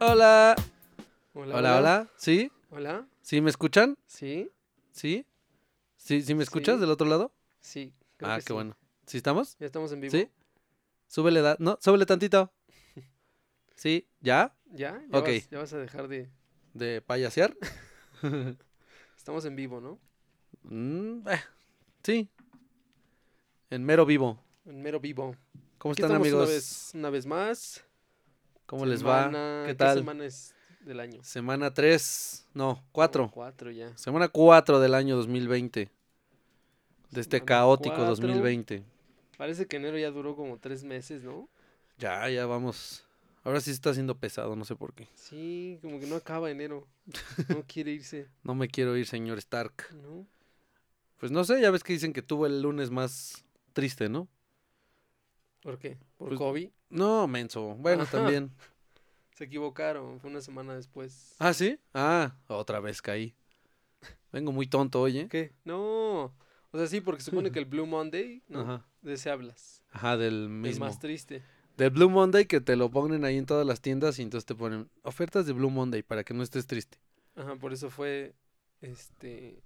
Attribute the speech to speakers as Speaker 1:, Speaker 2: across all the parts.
Speaker 1: Hola.
Speaker 2: Hola,
Speaker 1: Hola, hola. ¿Sí?
Speaker 2: Hola,
Speaker 1: ¿Sí me escuchan?
Speaker 2: sí,
Speaker 1: ¿Sí? ¿Sí, sí me escuchas
Speaker 2: Sí.
Speaker 1: del otro lado?
Speaker 2: sí. creo
Speaker 1: ah,
Speaker 2: que
Speaker 1: qué
Speaker 2: sí.
Speaker 1: bueno. ¿Sí estamos?
Speaker 2: Ya estamos en vivo.
Speaker 1: ¿Sí? Súbele, da- no, súbele tantito. ¿Sí? ¿Ya?
Speaker 2: ¿Ya? Ya,
Speaker 1: Ok.
Speaker 2: vas, ya vas a dejar de...
Speaker 1: ¿De payasear?
Speaker 2: Estamos en vivo, ¿no?
Speaker 1: Mm, eh, sí. En mero vivo.
Speaker 2: En mero vivo.
Speaker 1: ¿Cómo
Speaker 2: Aquí
Speaker 1: están,
Speaker 2: estamos
Speaker 1: amigos?
Speaker 2: Una vez, una vez más.
Speaker 1: ¿Cómo
Speaker 2: Semana-
Speaker 1: les va? ¿Qué tal?
Speaker 2: semana es del año?
Speaker 1: Semana 3, no, 4.
Speaker 2: No, cuatro ya.
Speaker 1: Semana 4 del año 2020. De este
Speaker 2: Semana
Speaker 1: caótico
Speaker 2: cuatro.
Speaker 1: 2020.
Speaker 2: Parece que enero ya duró como tres meses, ¿no?
Speaker 1: Ya, ya vamos. Ahora sí está siendo pesado, no sé por qué.
Speaker 2: Sí, como que no acaba enero. No quiere irse,
Speaker 1: No me quiero ir, señor Stark.
Speaker 2: ¿no?
Speaker 1: Pues no sé, ya ves que dicen que tuvo el lunes más triste, ¿no?
Speaker 2: ¿Por qué? ¿Por
Speaker 1: Pues-
Speaker 2: COVID?
Speaker 1: No, menso. Bueno,
Speaker 2: Ajá.
Speaker 1: también.
Speaker 2: Se equivocaron, fue una semana después.
Speaker 1: Ah, ¿sí? Ah, otra vez caí. Vengo muy tonto hoy, ¿eh?
Speaker 2: ¿Qué? No. O sea, sí, porque supone que el Blue Monday, ¿no?
Speaker 1: Ajá.
Speaker 2: De ese hablas.
Speaker 1: Ajá, del
Speaker 2: El
Speaker 1: mismo.
Speaker 2: más triste.
Speaker 1: Del Blue Monday que te lo ponen ahí en todas las tiendas y entonces te ponen ofertas de Blue Monday para que no estés triste.
Speaker 2: Ajá, por eso fue, este,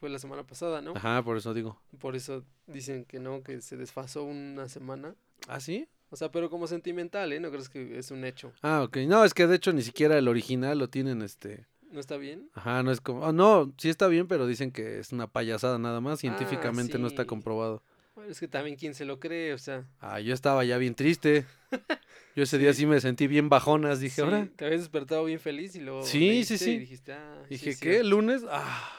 Speaker 2: fue la semana pasada, ¿no?
Speaker 1: Ajá, por eso digo.
Speaker 2: Por eso dicen que no, que se desfasó una semana.
Speaker 1: ¿Ah, sí?
Speaker 2: O sea, pero como sentimental, ¿eh? No crees que es un hecho.
Speaker 1: Ah, ok. No, es que de hecho ni siquiera el original lo tienen este.
Speaker 2: ¿No está bien?
Speaker 1: Ajá, no es como. ah, no, sí está bien, pero dicen que es una payasada nada más. Científicamente no está
Speaker 2: Ah, sí.
Speaker 1: comprobado.
Speaker 2: Bueno, es que también quién se lo cree, o sea.
Speaker 1: Ah, yo estaba ya bien triste. Yo ese día sí me sentí bien bajonas. Dije,
Speaker 2: sí,
Speaker 1: ahora.
Speaker 2: Te habías despertado bien feliz y luego
Speaker 1: Sí, sí,
Speaker 2: leíste
Speaker 1: sí.
Speaker 2: Y dijiste, ah, sí
Speaker 1: Dije,
Speaker 2: es
Speaker 1: ¿qué?
Speaker 2: cierto,
Speaker 1: ¿Lunes? Ah.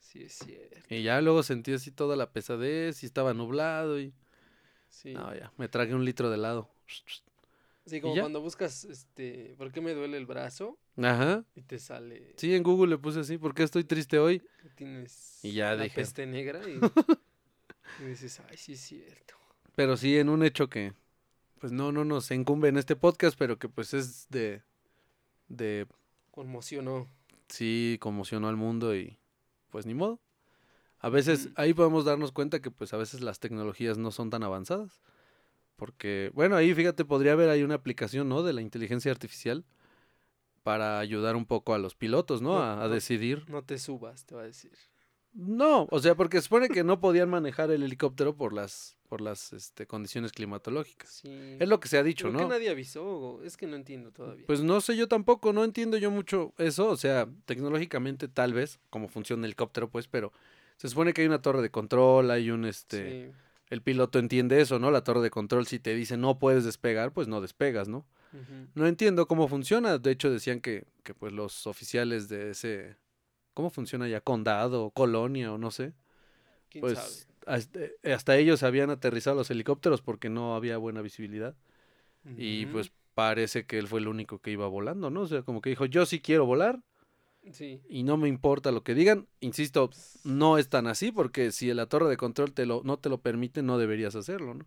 Speaker 2: Sí, es cierto.
Speaker 1: Y ya luego sentí así toda la pesadez y estaba nublado y.
Speaker 2: Sí.
Speaker 1: No, ya. Me tragué un litro de helado.
Speaker 2: Sí, como
Speaker 1: ya?
Speaker 2: cuando buscas, este, ¿por qué me duele el brazo?
Speaker 1: Ajá.
Speaker 2: Y te sale,
Speaker 1: Sí, en Google le puse así, ¿por qué estoy triste hoy?
Speaker 2: que tienes
Speaker 1: Y ya
Speaker 2: la
Speaker 1: dije-
Speaker 2: peste negra y, y dices, ay, sí es cierto.
Speaker 1: Pero sí, en un hecho que, pues no, no nos incumbe en este podcast, pero que pues es de, de,
Speaker 2: conmocionó.
Speaker 1: sí, conmocionó al mundo y pues ni modo. A veces,
Speaker 2: Ujú.
Speaker 1: ahí podemos darnos cuenta que pues a veces las tecnologías no son tan avanzadas. Porque, bueno, ahí fíjate, podría haber ahí una aplicación, ¿no? De la inteligencia artificial para ayudar un poco a los pilotos, ¿no?
Speaker 2: No,
Speaker 1: A, a
Speaker 2: no.
Speaker 1: decidir.
Speaker 2: No te subas, te va a decir.
Speaker 1: No, o sea, porque supone que no podían manejar el helicóptero por las, por las este, condiciones climatológicas.
Speaker 2: Sí.
Speaker 1: Es lo que se ha dicho,
Speaker 2: ¿Por
Speaker 1: ¿no?
Speaker 2: qué nadie avisó? Es que no entiendo todavía.
Speaker 1: Pues no sé yo tampoco, no entiendo yo mucho eso, o sea, tecnológicamente tal vez, como funciona el helicóptero, pues, pero se supone que hay una torre de control, hay un este,
Speaker 2: Sí.
Speaker 1: el piloto entiende eso, ¿no? La torre de control, si te dice no puedes despegar, pues no despegas, ¿no?
Speaker 2: Ujú.
Speaker 1: No entiendo cómo funciona, de hecho decían que, que pues los oficiales de ese, ¿cómo funciona ya? Condado, colonia o no sé,
Speaker 2: ¿Quién
Speaker 1: pues hasta, hasta ellos habían aterrizado los helicópteros porque no había buena visibilidad.
Speaker 2: sabe?
Speaker 1: Y
Speaker 2: Ujú.
Speaker 1: pues parece que él fue el único que iba volando, ¿no? O sea, como que dijo, yo sí quiero volar
Speaker 2: Sí.
Speaker 1: y no me importa lo que digan. Insisto, no es tan así porque si la torre de control te lo, no te lo permite, no deberías hacerlo, ¿no?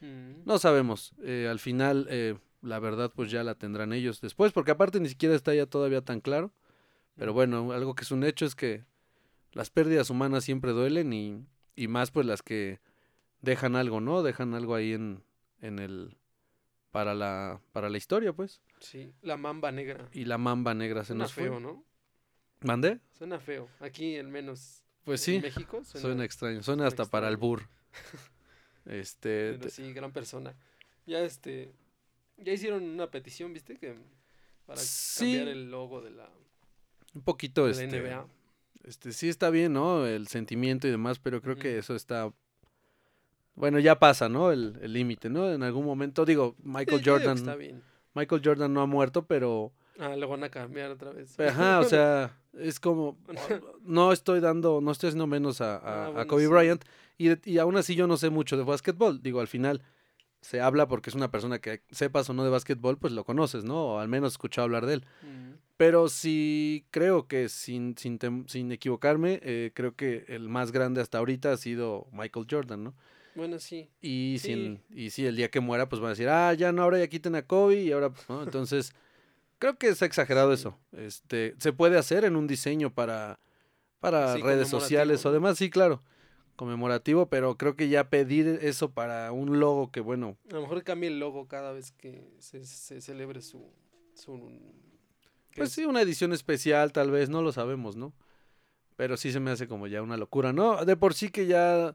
Speaker 2: Mm.
Speaker 1: No sabemos. eh, al final, eh, la verdad, pues ya la tendrán ellos después, porque aparte ni siquiera está ya todavía tan claro. Pero
Speaker 2: Mm.
Speaker 1: bueno, algo que es un hecho es que las pérdidas humanas siempre duelen y, y más pues las que dejan algo, ¿no? Dejan algo ahí en, en el... Para la, para la historia, pues.
Speaker 2: Sí. La mamba negra.
Speaker 1: Y la mamba negra se
Speaker 2: Suena
Speaker 1: nos fue.
Speaker 2: feo, ¿no?
Speaker 1: ¿Mandé?
Speaker 2: Suena feo. Aquí, al menos.
Speaker 1: Pues
Speaker 2: En
Speaker 1: sí,
Speaker 2: México suena.
Speaker 1: suena extraño, suena hasta para el
Speaker 2: extraño.
Speaker 1: bur. Este,
Speaker 2: pero
Speaker 1: te-
Speaker 2: sí, gran persona. Ya este. Ya hicieron una petición, ¿viste? Que. Para
Speaker 1: Sí.
Speaker 2: cambiar el logo de la,
Speaker 1: un poquito
Speaker 2: de la
Speaker 1: este,
Speaker 2: NBA.
Speaker 1: este sí está bien, ¿no? El sentimiento y demás, pero creo que
Speaker 2: Ujú.
Speaker 1: eso está bueno, ya pasa, ¿no? El el límite, ¿no? En algún momento digo, Michael
Speaker 2: Sí, yo digo que
Speaker 1: Jordan,
Speaker 2: Está bien.
Speaker 1: Michael Jordan no ha muerto, pero
Speaker 2: Ah, lo van a cambiar otra vez.
Speaker 1: ajá, o sea, es como no estoy dando, no estoy haciendo menos a, a-
Speaker 2: Ah,
Speaker 1: a
Speaker 2: bueno,
Speaker 1: Kobe
Speaker 2: sí.
Speaker 1: Bryant y, de- y aún así yo no sé mucho de básquetbol, digo, al final se habla porque es una persona que sepas o no de básquetbol, pues lo conoces, ¿no? O al menos he escuchado hablar de él.
Speaker 2: Mm.
Speaker 1: Pero sí creo que, sin, sin, tem- sin equivocarme, eh, creo que el más grande hasta ahorita ha sido Michael Jordan, ¿no?
Speaker 2: Bueno, sí.
Speaker 1: Y,
Speaker 2: Sí.
Speaker 1: Sin, y sí, el día que muera, pues van a decir, ah, ya no, ahora ya quiten a Kobe y ahora, pues, ¿no? Entonces, creo que es exagerado
Speaker 2: Sí.
Speaker 1: eso. Este, se puede hacer en un diseño para, para
Speaker 2: Sí,
Speaker 1: redes sociales
Speaker 2: conmemorativo,
Speaker 1: o
Speaker 2: ¿no?
Speaker 1: demás, sí, claro, conmemorativo, pero creo que ya pedir eso para un logo que, bueno,
Speaker 2: A lo mejor cambia el logo cada vez que se, se celebre su, Es un- que
Speaker 1: Pues
Speaker 2: es-
Speaker 1: sí, una edición especial, tal vez, no lo sabemos, ¿no? Pero sí se me hace como ya una locura, ¿no? De por sí que ya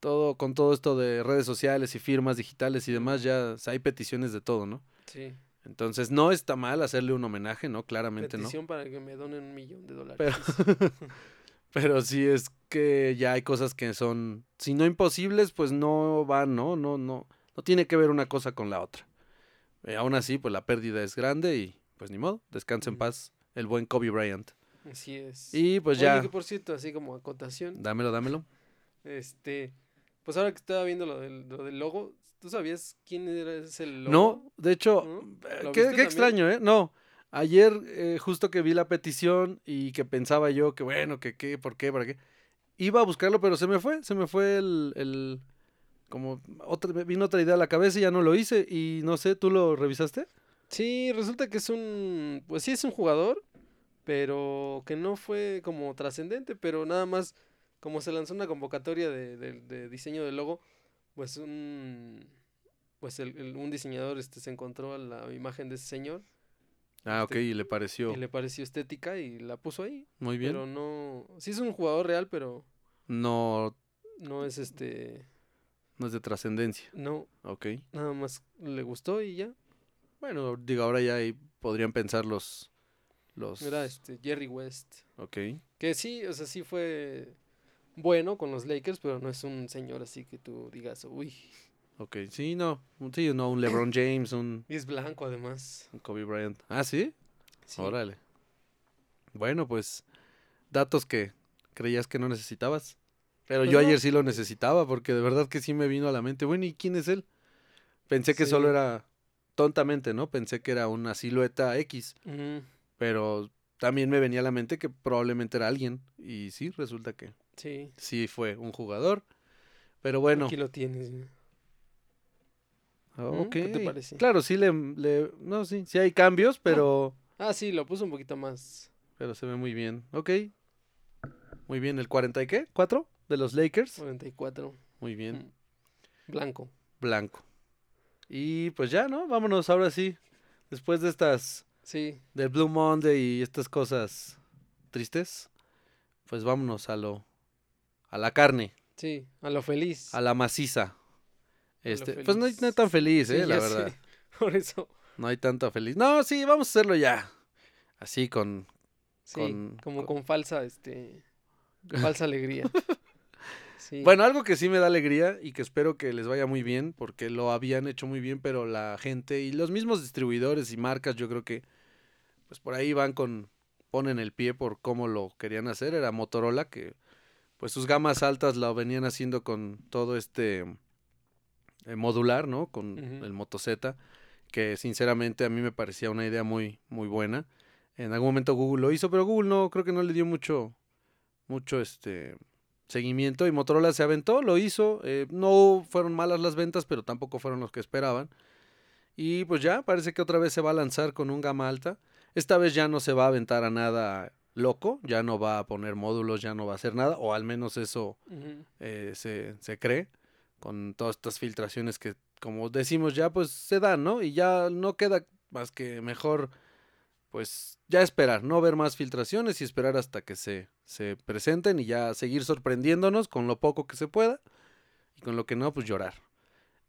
Speaker 1: todo, con todo esto de redes sociales y firmas digitales y demás, ya o sea, hay peticiones de todo, ¿no?
Speaker 2: Sí.
Speaker 1: Entonces no está mal hacerle un homenaje, ¿no? Claramente
Speaker 2: Petición para que me donen un millón de dólares.
Speaker 1: Pero- no. Pero sí es que ya hay cosas que son, si no imposibles, pues no van, ¿no? No, no, no tiene que ver una cosa con la otra. Eh, aún así, pues la pérdida es grande y pues ni modo, descansa en
Speaker 2: Ujú.
Speaker 1: paz el buen Kobe Bryant.
Speaker 2: Así es.
Speaker 1: Y pues
Speaker 2: Oye,
Speaker 1: ya...
Speaker 2: que por cierto, así como acotación,
Speaker 1: Dámelo, dámelo.
Speaker 2: este, pues ahora que estaba viendo lo del, lo del logo, ¿tú sabías quién era ese logo?
Speaker 1: No, de hecho,
Speaker 2: ¿No?
Speaker 1: eh,
Speaker 2: ¿Lo viste
Speaker 1: qué, qué
Speaker 2: también?
Speaker 1: extraño, ¿eh? No, ayer eh, justo que vi la petición y que pensaba yo que bueno, que qué, por qué, para qué, iba a buscarlo, pero se me fue, se me fue el, el- como, otra, me vino otra idea a la cabeza y ya no lo hice y no sé, ¿tú lo revisaste?
Speaker 2: Sí, resulta que es un, pues sí es un jugador, pero que no fue como trascendente, pero nada más como se lanzó una convocatoria de, de- de diseño del logo, pues un, pues el- el- un diseñador este se encontró a la imagen de ese señor
Speaker 1: Ah, ok,
Speaker 2: Este,
Speaker 1: y le pareció
Speaker 2: y le pareció estética y la puso ahí,
Speaker 1: muy bien.
Speaker 2: pero no, sí es un jugador real, pero
Speaker 1: No,
Speaker 2: no es este,
Speaker 1: no es de trascendencia,
Speaker 2: no,
Speaker 1: ok.
Speaker 2: nada más le gustó y ya.
Speaker 1: Bueno, digo, ahora ya ahí podrían pensar los, los,
Speaker 2: Era este Jerry West.
Speaker 1: ok.
Speaker 2: Que sí, o sea, sí fue bueno con los Lakers, pero no es un señor así que tú digas, uy,
Speaker 1: Ok, sí, no, sí, no, un LeBron James, un
Speaker 2: y es blanco además.
Speaker 1: un Kobe Bryant. Ah, sí,
Speaker 2: Sí.
Speaker 1: Órale. Bueno, pues datos que creías que no necesitabas. Pero
Speaker 2: Pues
Speaker 1: yo
Speaker 2: no.
Speaker 1: ayer sí lo necesitaba porque de verdad que sí me vino a la mente. Bueno, ¿y quién es él? Pensé que solo
Speaker 2: Sí.
Speaker 1: era tontamente, ¿no? Pensé que era una silueta X,
Speaker 2: Ujú,
Speaker 1: pero también me venía a la mente que probablemente era alguien. Y sí, resulta que
Speaker 2: sí.
Speaker 1: sí fue un jugador. Pero bueno,
Speaker 2: Aquí lo tienes. ¿no?
Speaker 1: ah,
Speaker 2: ¿Mm? ¿Qué te
Speaker 1: ok.
Speaker 2: parece?
Speaker 1: Claro, sí le, le- no, sí, sí hay cambios, pero
Speaker 2: Ah, sí, lo puso un poquito más.
Speaker 1: Pero se ve muy bien. Ok. Muy bien, el 40 y qué? ¿4 de los Lakers?
Speaker 2: 44.
Speaker 1: Muy bien,
Speaker 2: Blanco.
Speaker 1: blanco. Y pues ya, ¿no? Vámonos ahora sí. Después de estas,
Speaker 2: Sí.
Speaker 1: del Blue Monday y estas cosas tristes, pues vámonos a lo, a la carne,
Speaker 2: Sí, a lo feliz.
Speaker 1: a la maciza.
Speaker 2: lo
Speaker 1: Este, pues no hay no hay tan
Speaker 2: Sí,
Speaker 1: feliz, eh, la
Speaker 2: ya sé.
Speaker 1: verdad.
Speaker 2: Por eso.
Speaker 1: No hay tanta feliz. No, sí, vamos a hacerlo ya. Así con,
Speaker 2: Sí,
Speaker 1: Con-
Speaker 2: como
Speaker 1: con-
Speaker 2: con falsa, este, falsa alegría. Sí.
Speaker 1: Bueno, algo que sí me da alegría y que espero que les vaya muy bien, porque lo habían hecho muy bien, pero la gente y los mismos distribuidores y marcas, yo creo que pues por ahí van con ponen el pie por cómo lo querían hacer, era Motorola que pues sus gamas altas la venían haciendo con todo este eh, modular, ¿no? Con
Speaker 2: Ujú.
Speaker 1: el Moto Z, que sinceramente a mí me parecía una idea muy muy buena. En algún momento Google lo hizo, pero Google no creo que no le dio mucho mucho este seguimiento y Motorola se aventó, lo hizo. eh, no fueron malas las ventas, pero tampoco fueron los que esperaban. Y pues ya, parece que otra vez se va a lanzar con un gama alta. Esta vez ya no se va a aventar a nada loco, ya no va a poner módulos, ya no va a hacer nada, o al menos eso
Speaker 2: Ujú.
Speaker 1: eh, se, se cree, con todas estas filtraciones que, como decimos ya, pues se dan, ¿no? Y ya no queda más que mejor, pues ya esperar, no ver más filtraciones y esperar hasta que se, se presenten y ya seguir sorprendiéndonos con lo poco que se pueda y con lo que no, pues llorar.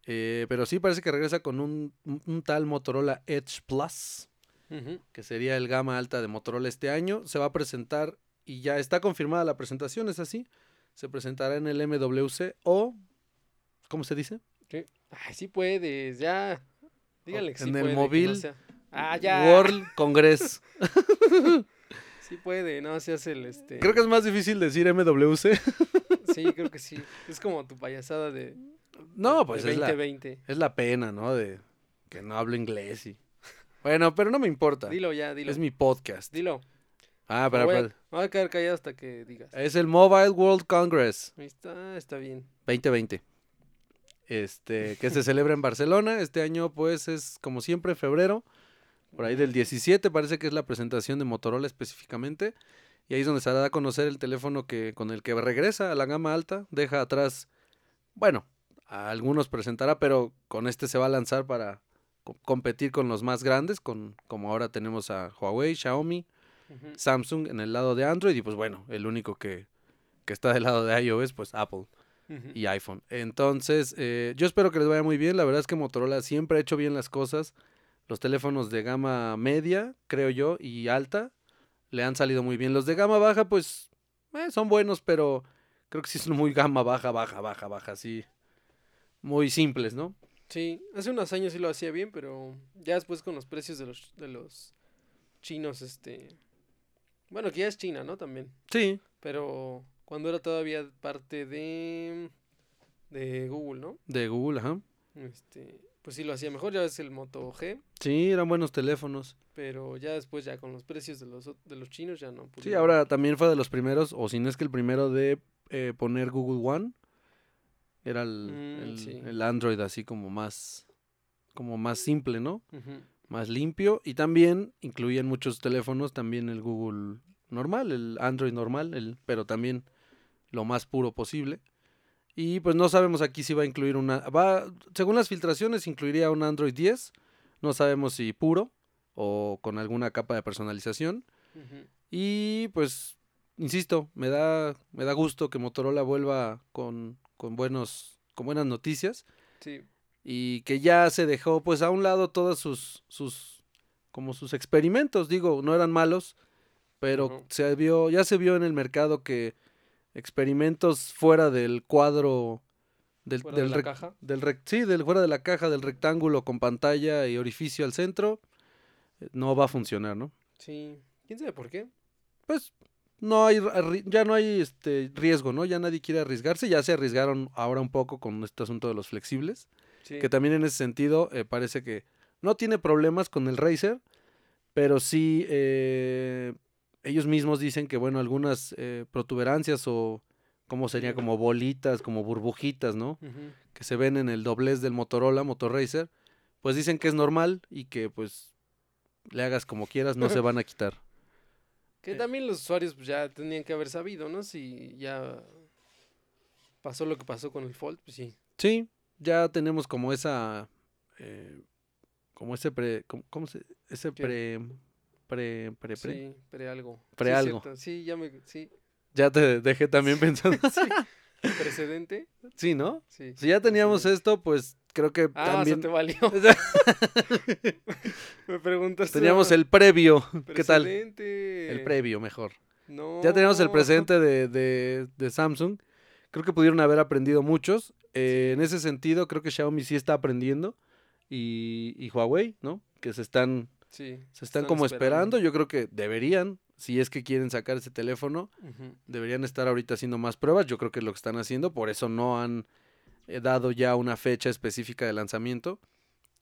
Speaker 1: Eh, pero sí parece que regresa con un, un- un tal Motorola Edge Plus
Speaker 2: Ujú.
Speaker 1: que sería el gama alta de Motorola este año, se va a presentar y ya está confirmada la presentación, es así. Se presentará en el MWC o ¿cómo se dice?
Speaker 2: Sí. Ay, sí puedes, ya. Díganle que sí
Speaker 1: En el
Speaker 2: puede, que no
Speaker 1: móvil,
Speaker 2: sea- Ah, ya.
Speaker 1: World Congress.
Speaker 2: Sí puede, no seas el este.
Speaker 1: Creo que es más difícil decir MWC.
Speaker 2: Sí, creo que sí. Es como tu payasada de,
Speaker 1: No,
Speaker 2: de
Speaker 1: pues es la,
Speaker 2: 2020.
Speaker 1: es la pena, ¿no? De que no hablo inglés y bueno, pero no me importa.
Speaker 2: Dilo ya, dilo.
Speaker 1: Es mi podcast.
Speaker 2: Dilo.
Speaker 1: Ah, Eh.
Speaker 2: Me
Speaker 1: para,
Speaker 2: voy, a, me voy a quedar callado hasta que digas.
Speaker 1: es el Mobile World Congress.
Speaker 2: Ahí está, está bien.
Speaker 1: 2020. Este, que se celebra en Barcelona. Este año, pues, es como siempre, febrero. Por ahí del 17 parece que es la presentación de Motorola específicamente. Y ahí es donde se dará a conocer el teléfono que, con el que regresa a la gama alta. Deja atrás, bueno, a algunos presentará, pero con este se va a lanzar para co- competir con los más grandes, con, como ahora tenemos a Huawei, Xiaomi,
Speaker 2: Ujú.
Speaker 1: Samsung en el lado de Android y pues bueno, el único que, que está del lado de iOS, pues Apple
Speaker 2: Ujú.
Speaker 1: y iPhone. Entonces, eh, yo espero que les vaya muy bien. La verdad es que Motorola siempre ha hecho bien las cosas. Los teléfonos de gama media, creo yo, y alta, le han salido muy bien. Los de gama baja, pues, eh, son buenos, pero creo que sí son muy gama baja, baja, baja, baja, así. Muy simples, ¿no?
Speaker 2: Sí, hace unos años sí lo hacía bien, pero ya después con los precios de los, de los chinos, este... Bueno, que ya es China, ¿no? También.
Speaker 1: Sí,
Speaker 2: Pero cuando era todavía parte de... de Google, ¿no?
Speaker 1: de Google, ajá.
Speaker 2: Este, pues sí lo hacía mejor, ya ves el Moto G,
Speaker 1: Sí, eran buenos teléfonos.
Speaker 2: pero ya después ya con los precios de los, ot- de los chinos ya no.
Speaker 1: Sí,
Speaker 2: pudieron.
Speaker 1: ahora también fue de los primeros, o si no es que el primero de eh, poner Google One. Era el,
Speaker 2: Mm,
Speaker 1: el-
Speaker 2: sí.
Speaker 1: el Android así como más, como más simple, ¿no?
Speaker 2: Ujú.
Speaker 1: Más limpio. Y también incluían muchos teléfonos, también el Google normal, el Android normal, el, pero también lo más puro posible. Y pues no sabemos aquí si va a incluir una... Va, según las filtraciones, incluiría un Android 10. No sabemos si puro o con alguna capa de personalización.
Speaker 2: Ujú.
Speaker 1: Y pues, insisto, me da, me da gusto que Motorola vuelva con, con buenos, con buenas noticias.
Speaker 2: Sí,
Speaker 1: Y que ya se dejó pues a un lado todas sus, sus, como sus experimentos, digo, no eran malos, pero
Speaker 2: Ujú.
Speaker 1: se vio, ya se vio en el mercado que experimentos fuera del cuadro del,
Speaker 2: fuera
Speaker 1: del
Speaker 2: de la
Speaker 1: rec-
Speaker 2: caja.
Speaker 1: del rec- sí, del fuera de la caja, del rectángulo con pantalla y orificio al centro, eh, no va a funcionar, ¿no?
Speaker 2: Sí, quién sabe por qué.
Speaker 1: pues no hay arri- ya no hay este riesgo, ¿no? Ya nadie quiere arriesgarse, ya se arriesgaron ahora un poco con este asunto de los flexibles,
Speaker 2: Sí,
Speaker 1: que también en ese sentido eh, parece que no tiene problemas con el Razer, pero sí eh, ellos mismos dicen que bueno, algunas eh, protuberancias o como sería
Speaker 2: Ujú.
Speaker 1: como bolitas, como burbujitas, ¿no?
Speaker 2: Ujú.
Speaker 1: que se ven en el doblez del Motorola, Motorracer, pues dicen que es normal y que pues le hagas como quieras, no se van a quitar.
Speaker 2: Que
Speaker 1: Eh.
Speaker 2: también los usuarios pues, ya tenían que haber sabido, ¿no? Si ya pasó lo que pasó con el Fold, pues sí.
Speaker 1: Sí, ya tenemos como esa. eh, como ese pre. ¿Cómo, cómo se.? Ese
Speaker 2: ¿Qué?
Speaker 1: pre. Pre. Pre. pre.
Speaker 2: Sí, pre algo.
Speaker 1: Pre
Speaker 2: Sí, es
Speaker 1: algo.
Speaker 2: cierto, Sí, ya me... Sí,
Speaker 1: Ya te dejé también pensando.
Speaker 2: precedente.
Speaker 1: sí, ¿no?
Speaker 2: Sí.
Speaker 1: Si ya teníamos
Speaker 2: precedente.
Speaker 1: esto, pues creo que
Speaker 2: Ah, o sea,
Speaker 1: también.
Speaker 2: te valió. me preguntaste.
Speaker 1: teníamos
Speaker 2: ah,
Speaker 1: el previo. ¿Qué tal?
Speaker 2: precedente.
Speaker 1: El previo, mejor.
Speaker 2: No.
Speaker 1: Ya teníamos el presente de, de- de Samsung. Creo que pudieron haber aprendido muchos. Eh, En ese sentido, creo que Xiaomi sí está aprendiendo. Y, y Huawei, ¿no? Que se están
Speaker 2: Sí.
Speaker 1: Se están, como esperando. yo creo que deberían, si es que quieren sacar ese teléfono,
Speaker 2: Ujú.
Speaker 1: deberían estar ahorita haciendo más pruebas, yo creo que es lo que están haciendo, por eso no han eh, dado ya una fecha específica de lanzamiento.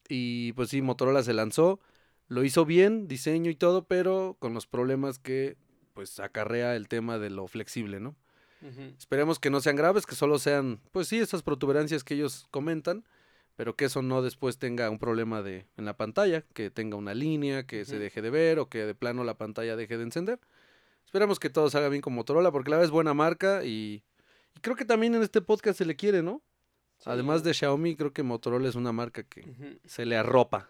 Speaker 1: Y pues sí, Motorola se lanzó, lo hizo bien, diseño y todo, pero con los problemas que pues acarrea el tema de lo flexible, ¿no?
Speaker 2: Ujú.
Speaker 1: Esperemos que no sean graves, que solo sean, pues sí, esas protuberancias que ellos comentan, pero que eso no después tenga un problema de en la pantalla, que tenga una línea, que se
Speaker 2: Ujú.
Speaker 1: deje de ver o que de plano la pantalla deje de encender. Esperemos que todo salga bien con Motorola, porque la verdad es buena marca y, y creo que también en este podcast se le quiere, ¿no? Además
Speaker 2: Sí.
Speaker 1: de Xiaomi, creo que Motorola es una marca que
Speaker 2: Ujú.
Speaker 1: se le arropa.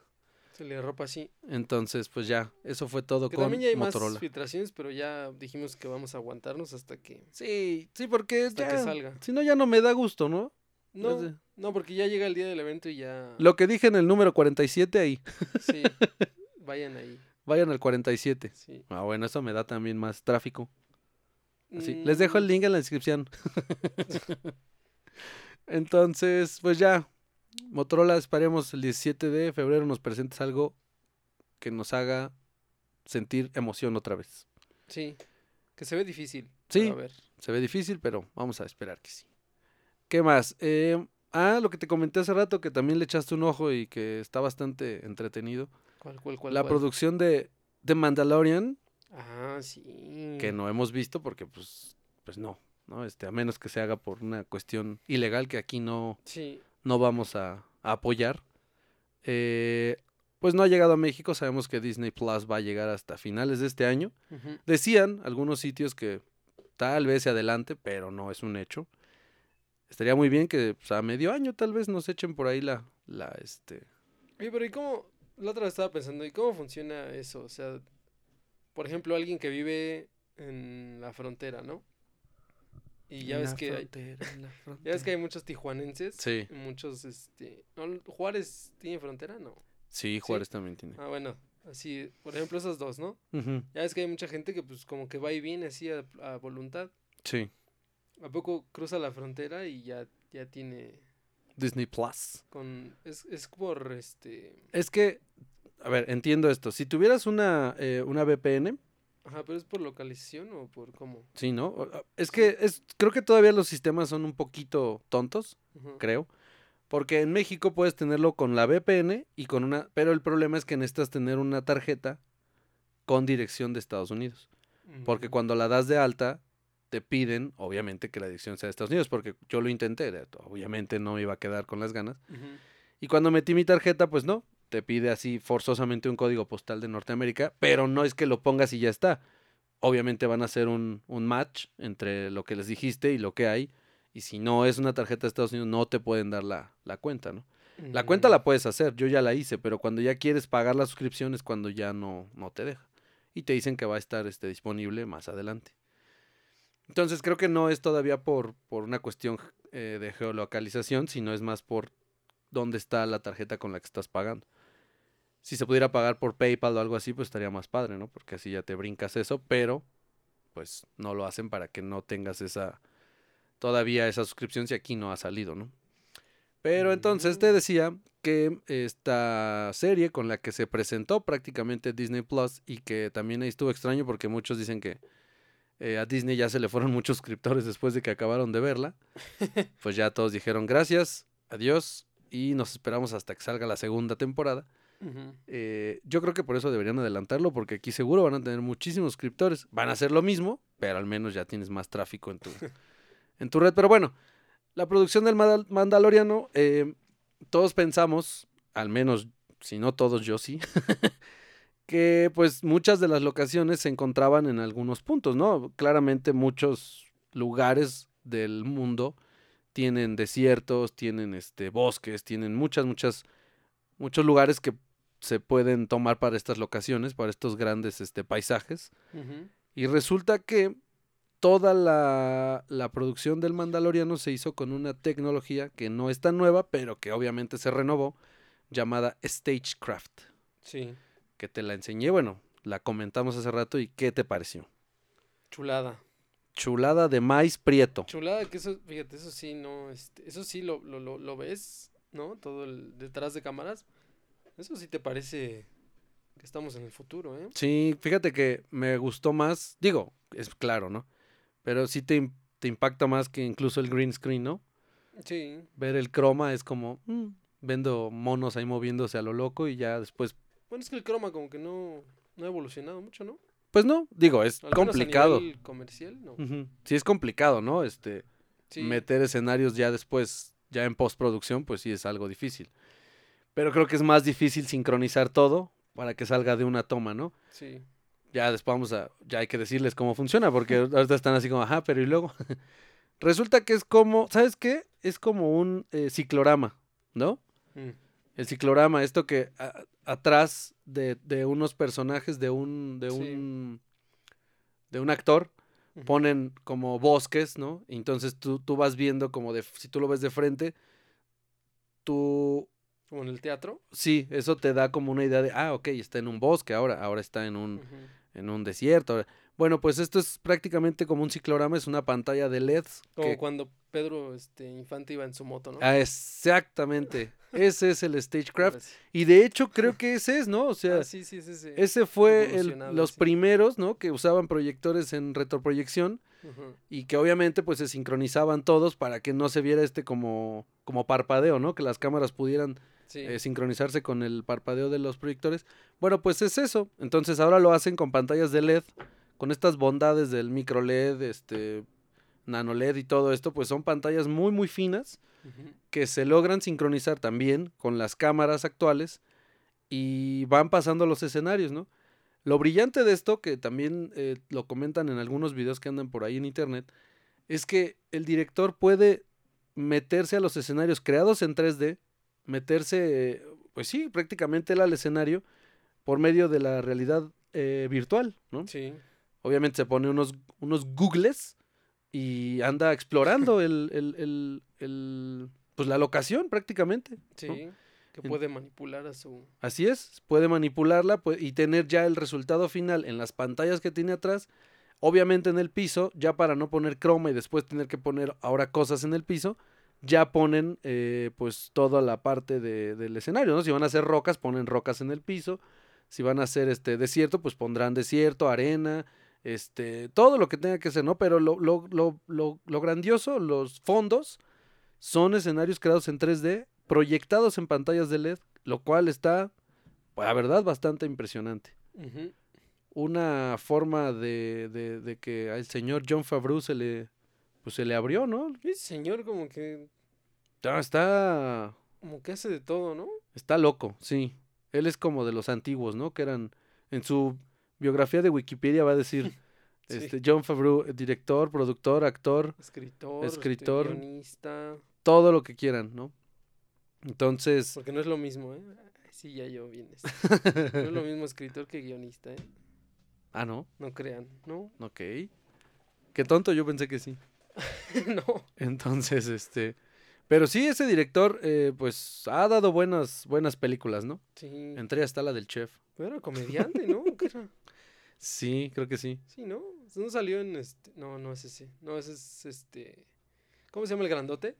Speaker 2: Se le ropa así.
Speaker 1: Entonces, pues ya, eso fue todo
Speaker 2: Que
Speaker 1: con
Speaker 2: también ya hay
Speaker 1: Motorola.
Speaker 2: más filtraciones, pero ya dijimos que vamos a aguantarnos hasta que.
Speaker 1: Sí, sí, porque
Speaker 2: Hasta que
Speaker 1: ya-
Speaker 2: salga.
Speaker 1: Si no, ya no me da gusto, ¿no?
Speaker 2: No,
Speaker 1: Desde-
Speaker 2: no, porque ya llega el día del evento y ya.
Speaker 1: Lo que dije en el número 47 ahí.
Speaker 2: Sí. Vayan ahí.
Speaker 1: Vayan al 47.
Speaker 2: Sí.
Speaker 1: Ah, bueno, eso me da también más tráfico. Así, Les dejo el
Speaker 2: Mm,
Speaker 1: link en la descripción. Entonces, pues ya. Motorola, esperemos el 17 de febrero nos presentes algo que nos haga sentir emoción otra vez.
Speaker 2: Sí. Que se ve difícil.
Speaker 1: Sí.
Speaker 2: pero A ver.
Speaker 1: Se ve difícil, pero vamos a esperar que sí. ¿Qué más? Eh, ah, lo que te comenté hace rato, que también le echaste un ojo y que está bastante entretenido.
Speaker 2: ¿Cuál, cuál, cuál?
Speaker 1: la
Speaker 2: cuál?
Speaker 1: producción de The Mandalorian,
Speaker 2: Ah, sí.
Speaker 1: que no hemos visto porque pues pues no, ¿no? Este, a menos que se haga por una cuestión ilegal que aquí no
Speaker 2: Sí.
Speaker 1: no vamos a, a apoyar. Eh, pues no ha llegado a México, sabemos que Disney Plus va a llegar hasta finales de este año.
Speaker 2: Ujú.
Speaker 1: Decían algunos sitios que tal vez se adelante, pero no es un hecho. Estaría muy bien que pues, a medio año tal vez nos echen por ahí la la este
Speaker 2: Oye, pero ¿y cómo? La otra vez estaba pensando, ¿y cómo funciona eso? O sea, por ejemplo, alguien que vive en la frontera, ¿no? Y ya ves que hay, ya ves que hay muchos tijuanenses,
Speaker 1: Sí,
Speaker 2: muchos, este, ¿no? Juárez tiene frontera, no.
Speaker 1: sí, Juárez también tiene.
Speaker 2: Ah, bueno, así, por ejemplo, esas dos, ¿no?
Speaker 1: Ujú,
Speaker 2: Ya ves que hay mucha gente que pues como que va y viene así a, a voluntad.
Speaker 1: Sí,
Speaker 2: ¿A poco cruza la frontera y ya, ya tiene
Speaker 1: Disney Plus.
Speaker 2: con... Es, es por este...
Speaker 1: Es que, a ver, entiendo esto. Si tuvieras una, eh, una VPN,
Speaker 2: Ajá, pero es por localización o por cómo.
Speaker 1: sí, ¿no? O- o- Es que es, creo que todavía los sistemas son un poquito tontos,
Speaker 2: Ujú.
Speaker 1: creo. Porque en México puedes tenerlo con la VPN y con una... Pero el problema es que necesitas tener una tarjeta con dirección de Estados Unidos. Porque
Speaker 2: Ujú.
Speaker 1: cuando la das de alta, te piden, obviamente, que la dirección sea de Estados Unidos, porque yo lo intenté, era- obviamente no me iba a quedar con las ganas.
Speaker 2: Ujú.
Speaker 1: Y cuando metí mi tarjeta, pues no, te pide así forzosamente un código postal de Norteamérica, pero no es que lo pongas y ya está. Obviamente van a hacer un, un match entre lo que les dijiste y lo que hay. Y si no es una tarjeta de Estados Unidos, no te pueden dar la, la cuenta, ¿no? La cuenta
Speaker 2: Ujú.
Speaker 1: la puedes hacer, yo ya la hice, pero cuando ya quieres pagar la suscripción es cuando ya no, no te deja. Y te dicen que va a estar este, disponible más adelante. Entonces creo que no es todavía por, por una cuestión eh, de geolocalización, sino es más por dónde está la tarjeta con la que estás pagando. Si se pudiera pagar por PayPal o algo así, pues estaría más padre, ¿no? Porque así ya te brincas eso, pero pues no lo hacen para que no tengas esa todavía esa suscripción si aquí no ha salido, ¿no? Pero entonces te
Speaker 2: Mm.
Speaker 1: decía que esta serie con la que se presentó prácticamente Disney Plus y que también ahí estuvo extraño porque muchos dicen que eh, a Disney ya se le fueron muchos suscriptores después de que acabaron de verla, pues ya todos dijeron gracias, adiós y nos esperamos hasta que salga la segunda temporada.
Speaker 2: Ujú.
Speaker 1: Eh, yo creo que por eso deberían adelantarlo, porque aquí seguro van a tener muchísimos suscriptores. Van a hacer lo mismo, pero al menos ya tienes más tráfico en tu, en tu red. Pero bueno, la producción del Mandal- Mandaloriano, eh, todos pensamos, al menos, si no todos, yo sí, que pues muchas de las locaciones se encontraban en algunos puntos, ¿no? Claramente muchos lugares del mundo tienen desiertos, tienen este, bosques, tienen muchas, muchas, muchos lugares que se pueden tomar para estas locaciones, para estos grandes este, paisajes.
Speaker 2: Ujú.
Speaker 1: Y resulta que toda la, la producción del Mandaloriano se hizo con una tecnología que no es tan nueva, pero que obviamente se renovó, llamada Stagecraft,
Speaker 2: Sí,
Speaker 1: que te la enseñé, bueno, la comentamos hace rato y ¿qué te pareció?
Speaker 2: chulada.
Speaker 1: Chulada de maíz prieto.
Speaker 2: Chulada, que eso, fíjate, eso sí, no, este, eso sí lo, lo, lo, lo ves, ¿no? Todo el detrás de cámaras. Eso sí te parece que estamos en el futuro, ¿eh?
Speaker 1: Sí, fíjate que me gustó más, digo, es claro, ¿no? Pero sí te, im- te impacta más que incluso el green screen, ¿no?
Speaker 2: Sí.
Speaker 1: ver el croma es como "Mm, vendo monos ahí moviéndose a lo loco y ya después
Speaker 2: Bueno, es que el croma como que no, no ha evolucionado mucho, ¿no?
Speaker 1: pues no digo es
Speaker 2: Al menos a
Speaker 1: complicado
Speaker 2: nivel comercial, no.
Speaker 1: Ujú. sí es complicado no este
Speaker 2: Sí.
Speaker 1: meter escenarios ya después ya en postproducción pues sí es algo difícil pero creo que es más difícil sincronizar todo para que salga de una toma no
Speaker 2: Sí.
Speaker 1: ya después vamos a ya hay que decirles cómo funciona porque ahorita están así como ajá pero y luego resulta que es como sabes qué es como un eh, ciclorama no
Speaker 2: Mm.
Speaker 1: El ciclorama, esto que a- atrás de, de unos personajes, de un, de
Speaker 2: Sí.
Speaker 1: un, de un actor,
Speaker 2: Ujú.
Speaker 1: ponen como bosques, ¿no? Y Entonces tú, tú vas viendo como de, si tú lo ves de frente, tú,
Speaker 2: Como en el teatro.
Speaker 1: sí, eso te da como una idea de, ah, ok, está en un bosque ahora, ahora está en un,
Speaker 2: Ujú.
Speaker 1: en un desierto. ahora- Bueno, pues esto es prácticamente como un ciclorama, es una pantalla de LEDs.
Speaker 2: Como
Speaker 1: que-
Speaker 2: cuando Pedro este, Infante iba en su moto, ¿no?
Speaker 1: Ah, exactamente. Ese es el
Speaker 2: Ahora
Speaker 1: Stagecraft.
Speaker 2: sí.
Speaker 1: Y de hecho creo que ese es, ¿no? O sea...
Speaker 2: Ah, sí, sí, sí, sí.
Speaker 1: Ese fue el-
Speaker 2: Evolucionado,
Speaker 1: los
Speaker 2: sí.
Speaker 1: primeros, ¿no? Que usaban proyectores en retroproyección
Speaker 2: Ujú.
Speaker 1: y que obviamente pues se sincronizaban todos para que no se viera este como, como parpadeo, ¿no? Que las cámaras pudieran
Speaker 2: Sí.
Speaker 1: eh, sincronizarse con el parpadeo de los proyectores. Bueno, pues es eso. Entonces ahora lo hacen con pantallas de LED, con estas bondades del micro LED, este, nano LED y todo esto, pues son pantallas muy, muy finas
Speaker 2: Ujú.
Speaker 1: que se logran sincronizar también con las cámaras actuales y van pasando los escenarios, ¿no? Lo brillante de esto, que también eh, lo comentan en algunos videos que andan por ahí en internet, es que el director puede meterse a los escenarios creados en 3D, meterse, eh, pues sí, prácticamente él al escenario por medio de la realidad eh, virtual, ¿no?
Speaker 2: Sí.
Speaker 1: Obviamente se pone unos, unos googles y anda explorando el, el- el- el- pues la locación prácticamente.
Speaker 2: Sí. Que
Speaker 1: En-
Speaker 2: puede manipular a su.
Speaker 1: Así es, puede manipularla pue- y tener ya el resultado final en las pantallas que tiene atrás, obviamente en el piso, ya para no poner croma y después tener que poner ahora cosas en el piso, ya ponen eh, pues toda la parte de- del escenario, ¿no? Si van a hacer rocas, ponen rocas en el piso, si van a hacer este desierto, pues pondrán desierto, arena, este, todo lo que tenga que ser, ¿no? Pero lo, lo, lo, lo, lo grandioso, los fondos, son escenarios creados en 3D, proyectados en pantallas de LED, lo cual está, pues, la verdad, bastante impresionante.
Speaker 2: Ujú.
Speaker 1: Una forma de, de- de que al señor John Favreau se le, pues, se le abrió, ¿no?
Speaker 2: Ese señor, como que.
Speaker 1: Ah, Está,
Speaker 2: Como que hace de todo, ¿no?
Speaker 1: está loco, sí. Él es como de los antiguos, ¿no? Que eran, en su biografía de Wikipedia va a decir,
Speaker 2: Sí.
Speaker 1: este, John Favreau, eh, director, productor, actor,
Speaker 2: Escritor. este,
Speaker 1: Escritor.
Speaker 2: guionista.
Speaker 1: todo lo que quieran, ¿no? Entonces,
Speaker 2: Porque no es lo mismo, ¿eh? Ay, Sí, ya yo bien. este. No es lo mismo escritor que guionista, ¿eh?
Speaker 1: ah, no,
Speaker 2: No crean, ¿no?
Speaker 1: ok. Qué tonto, yo pensé que sí.
Speaker 2: no.
Speaker 1: Entonces, este. Pero sí, ese director, eh, pues, ha dado buenas, buenas películas, ¿no?
Speaker 2: Sí.
Speaker 1: Entre ellas está la del chef.
Speaker 2: Pero era comediante, ¿no? ¿Qué era?
Speaker 1: Sí, creo que sí.
Speaker 2: Sí, ¿no? No salió en este. No, no es ese. No, ese es este. ¿Cómo se llama el grandote?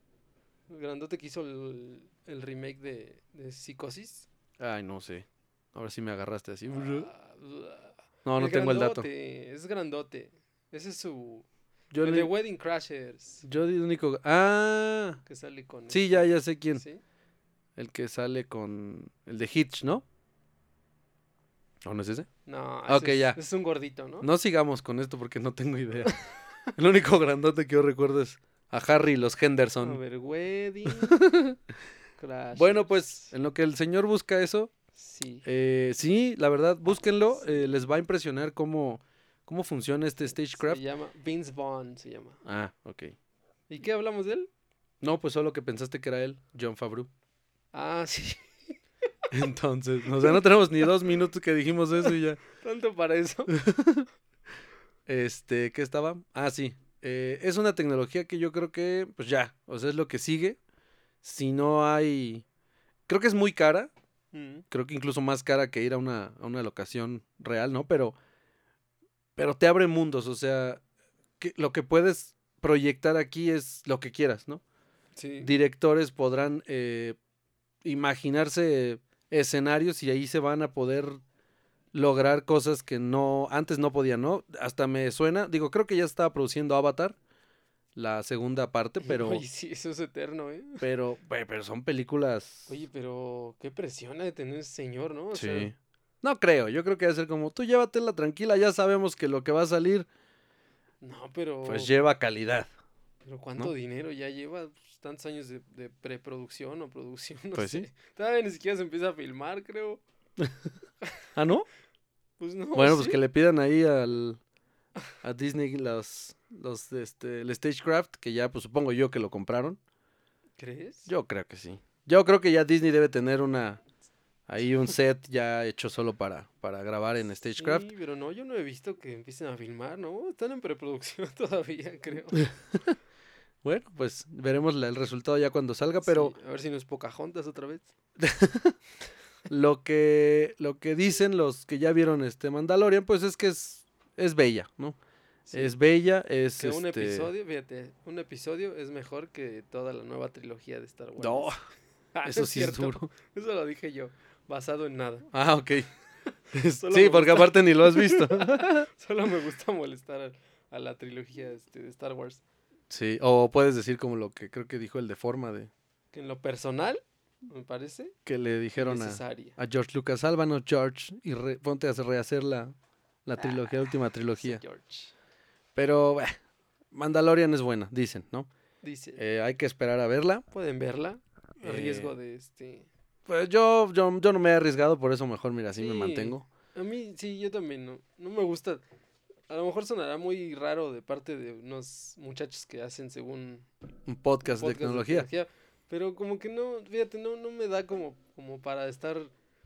Speaker 2: El grandote que hizo el, el remake de, de Psicosis.
Speaker 1: Ay, no sé. Ahora sí me agarraste así. No,
Speaker 2: Ah, bla.
Speaker 1: no tengo el dato.
Speaker 2: grandote, Es grandote. Ese es su.
Speaker 1: Yo,
Speaker 2: el
Speaker 1: le-
Speaker 2: de Wedding Crashers.
Speaker 1: yo di- único. Ah,
Speaker 2: Que sale con. este,
Speaker 1: sí, ya, ya sé quién.
Speaker 2: ¿Sí?
Speaker 1: El que sale con. El de Hitch, ¿no? ¿O no es ese?
Speaker 2: No,
Speaker 1: Ah,
Speaker 2: ese
Speaker 1: ok,
Speaker 2: es,
Speaker 1: ya.
Speaker 2: ese es un gordito, ¿no?
Speaker 1: No sigamos con esto porque no tengo idea. el único grandote que yo recuerdo es a Harry y los
Speaker 2: A
Speaker 1: Henderson.
Speaker 2: ver, Wedding Crashers.
Speaker 1: Bueno, pues, en lo que el señor busca eso,
Speaker 2: Sí.
Speaker 1: Eh, sí, la verdad, búsquenlo. eh, les va a impresionar cómo, cómo funciona este
Speaker 2: Se
Speaker 1: Stagecraft.
Speaker 2: llama Vince Vaughn, se llama.
Speaker 1: Ah, ok.
Speaker 2: ¿Y qué hablamos de él?
Speaker 1: No, pues solo que pensaste que era él, John Favreau.
Speaker 2: Ah, sí.
Speaker 1: Entonces, no, o sea, no tenemos ni dos minutos que dijimos eso y ya.
Speaker 2: Tanto para eso.
Speaker 1: Este, ¿qué estaba? Ah, sí. eh, es una tecnología que yo creo que, pues ya, o sea, es lo que sigue. Si no hay... Creo que es muy cara,
Speaker 2: Mm.
Speaker 1: creo que incluso más cara que ir a una, a una locación real, ¿no? Pero, pero te abre mundos, o sea, que- lo que puedes proyectar aquí es lo que quieras, ¿no?
Speaker 2: Sí.
Speaker 1: Directores podrán eh, imaginarse escenarios y ahí se van a poder lograr cosas que no antes no podían, ¿no? Hasta me suena, digo, creo que ya estaba produciendo Avatar, la segunda parte, pero,
Speaker 2: Oye, sí, eso es eterno, ¿eh?
Speaker 1: pero, güey, pero son películas.
Speaker 2: Oye, pero qué presión ha de tener ese señor, ¿no? O
Speaker 1: Sí.
Speaker 2: sea,
Speaker 1: no creo, yo creo que va a ser como, tú llévatela tranquila, ya sabemos que lo que va a salir,
Speaker 2: no, pero.
Speaker 1: pues lleva calidad.
Speaker 2: pero cuánto dinero ya lleva Pues, tantos años de, de preproducción o producción, no
Speaker 1: Pues sí.
Speaker 2: sé. Todavía ni siquiera se empieza a filmar, creo.
Speaker 1: ¿Ah, no?
Speaker 2: Pues no.
Speaker 1: bueno, pues
Speaker 2: sí.
Speaker 1: que le pidan ahí al, a Disney los, los, este, el Stagecraft, que ya, pues supongo yo que lo compraron.
Speaker 2: ¿Crees?
Speaker 1: Yo creo que sí. Yo creo que ya Disney debe tener una, ahí un set ya hecho solo para, para grabar en Stagecraft.
Speaker 2: Sí, pero no, yo no he visto que empiecen a filmar, ¿no? Están en preproducción todavía, creo.
Speaker 1: Bueno, pues veremos la- el resultado ya cuando salga, pero...
Speaker 2: Sí, a ver si no es Pocahontas otra vez.
Speaker 1: lo que, lo que dicen los que ya vieron este Mandalorian, pues es que es, es bella, ¿no?
Speaker 2: Sí.
Speaker 1: Es bella, es
Speaker 2: que un
Speaker 1: este-
Speaker 2: episodio, fíjate, un episodio es mejor que toda la nueva trilogía de Star Wars.
Speaker 1: No,
Speaker 2: Ah,
Speaker 1: eso
Speaker 2: es
Speaker 1: sí es,
Speaker 2: cierto.
Speaker 1: duro.
Speaker 2: Eso lo dije yo, basado en nada.
Speaker 1: Ah, ok. Es-
Speaker 2: Solo
Speaker 1: sí,
Speaker 2: me
Speaker 1: porque
Speaker 2: gusta.
Speaker 1: aparte ni lo has visto.
Speaker 2: Solo me gusta molestar al- a, la trilogía este, de Star Wars.
Speaker 1: sí, o puedes decir como lo que creo que dijo el de forma de
Speaker 2: Que en lo personal, me parece,
Speaker 1: que le dijeron a,
Speaker 2: necesaria.
Speaker 1: a George Lucas, sálvanos George y re- ponte a rehacer la,
Speaker 2: Ah,
Speaker 1: la trilogía, última
Speaker 2: Sí,
Speaker 1: trilogía.
Speaker 2: George.
Speaker 1: Pero bah, Mandalorian es buena, dicen, ¿no?
Speaker 2: Dice,
Speaker 1: Eh, hay que esperar a verla.
Speaker 2: pueden verla. A
Speaker 1: eh,
Speaker 2: riesgo de este.
Speaker 1: Pues yo, yo, yo no me he arriesgado, por eso mejor, mira, así me
Speaker 2: Sí.
Speaker 1: mantengo.
Speaker 2: A mí, sí, yo también no, no me gusta. A lo mejor sonará muy raro de parte de unos muchachos que hacen según
Speaker 1: Un
Speaker 2: podcast
Speaker 1: podcast, de tecnología.
Speaker 2: Pero como que no, fíjate, no, no me da como, como para estar.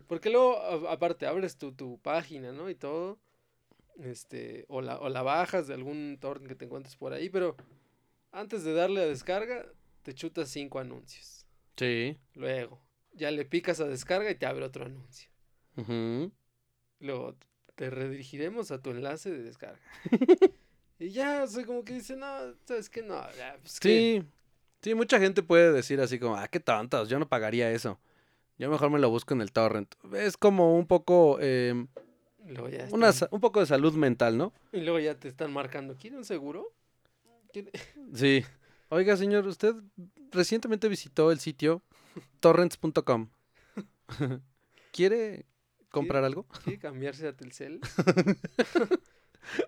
Speaker 2: Porque luego, a- aparte, abres tu, tu página, ¿no? Y todo. Este, o la, o la bajas de algún torrent que te encuentres por ahí, pero antes de darle a descarga, te chutas cinco anuncios.
Speaker 1: Sí.
Speaker 2: Luego, ya le picas a descarga y te abre otro anuncio.
Speaker 1: Ujú.
Speaker 2: Luego, te redirigiremos a tu enlace de descarga. y ya, o sea, como que dice, no, sabes que no, ya, pues que-
Speaker 1: Sí. Sí, mucha gente puede decir así como, ah, qué tontos, yo no pagaría eso. Yo mejor me lo busco en el torrent. Es como un poco, eh,
Speaker 2: Luego ya
Speaker 1: una
Speaker 2: están-
Speaker 1: sa- un poco de salud mental, ¿no?
Speaker 2: Y luego ya te están marcando, ¿quiere un seguro? ¿Quiere-
Speaker 1: Sí. Oiga, señor, usted recientemente visitó el sitio torrents.com. ¿Quiere comprar algo?
Speaker 2: ¿Quiere cambiarse a Telcel?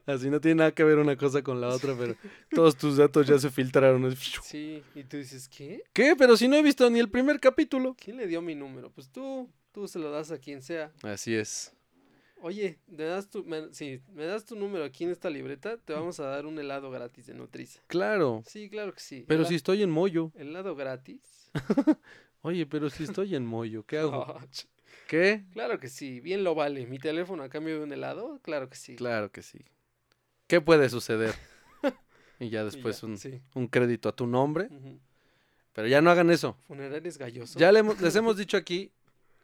Speaker 1: Así no tiene nada que ver una cosa con la otra, pero todos tus datos ya se filtraron.
Speaker 2: Sí, y tú dices, ¿qué?
Speaker 1: ¿Qué? Pero si no he visto ni el primer capítulo.
Speaker 2: ¿Quién le dio mi número? Pues tú, tú se lo das a quien sea.
Speaker 1: Así es.
Speaker 2: Oye, ¿me das tu, me, sí, ¿me das tu número aquí en esta libreta? Te vamos a dar un helado gratis de Nutriza.
Speaker 1: Claro.
Speaker 2: Sí, claro que sí.
Speaker 1: Pero
Speaker 2: hela-
Speaker 1: si estoy en Moyo.
Speaker 2: ¿Helado gratis?
Speaker 1: Oye, pero si estoy en Moyo, ¿qué hago?
Speaker 2: Ah, ch-
Speaker 1: ¿Qué?
Speaker 2: claro que sí, bien lo vale. ¿Mi teléfono a cambio de un helado? Claro que sí.
Speaker 1: Claro que sí. ¿Qué puede suceder? Y ya
Speaker 2: Y
Speaker 1: después
Speaker 2: ya,
Speaker 1: un, ¿Eh?
Speaker 2: Sí.
Speaker 1: un crédito a tu nombre.
Speaker 2: ujú.
Speaker 1: Pero ya no hagan eso.
Speaker 2: Funerarios galloso.
Speaker 1: Ya le hemos- les hemos dicho aquí,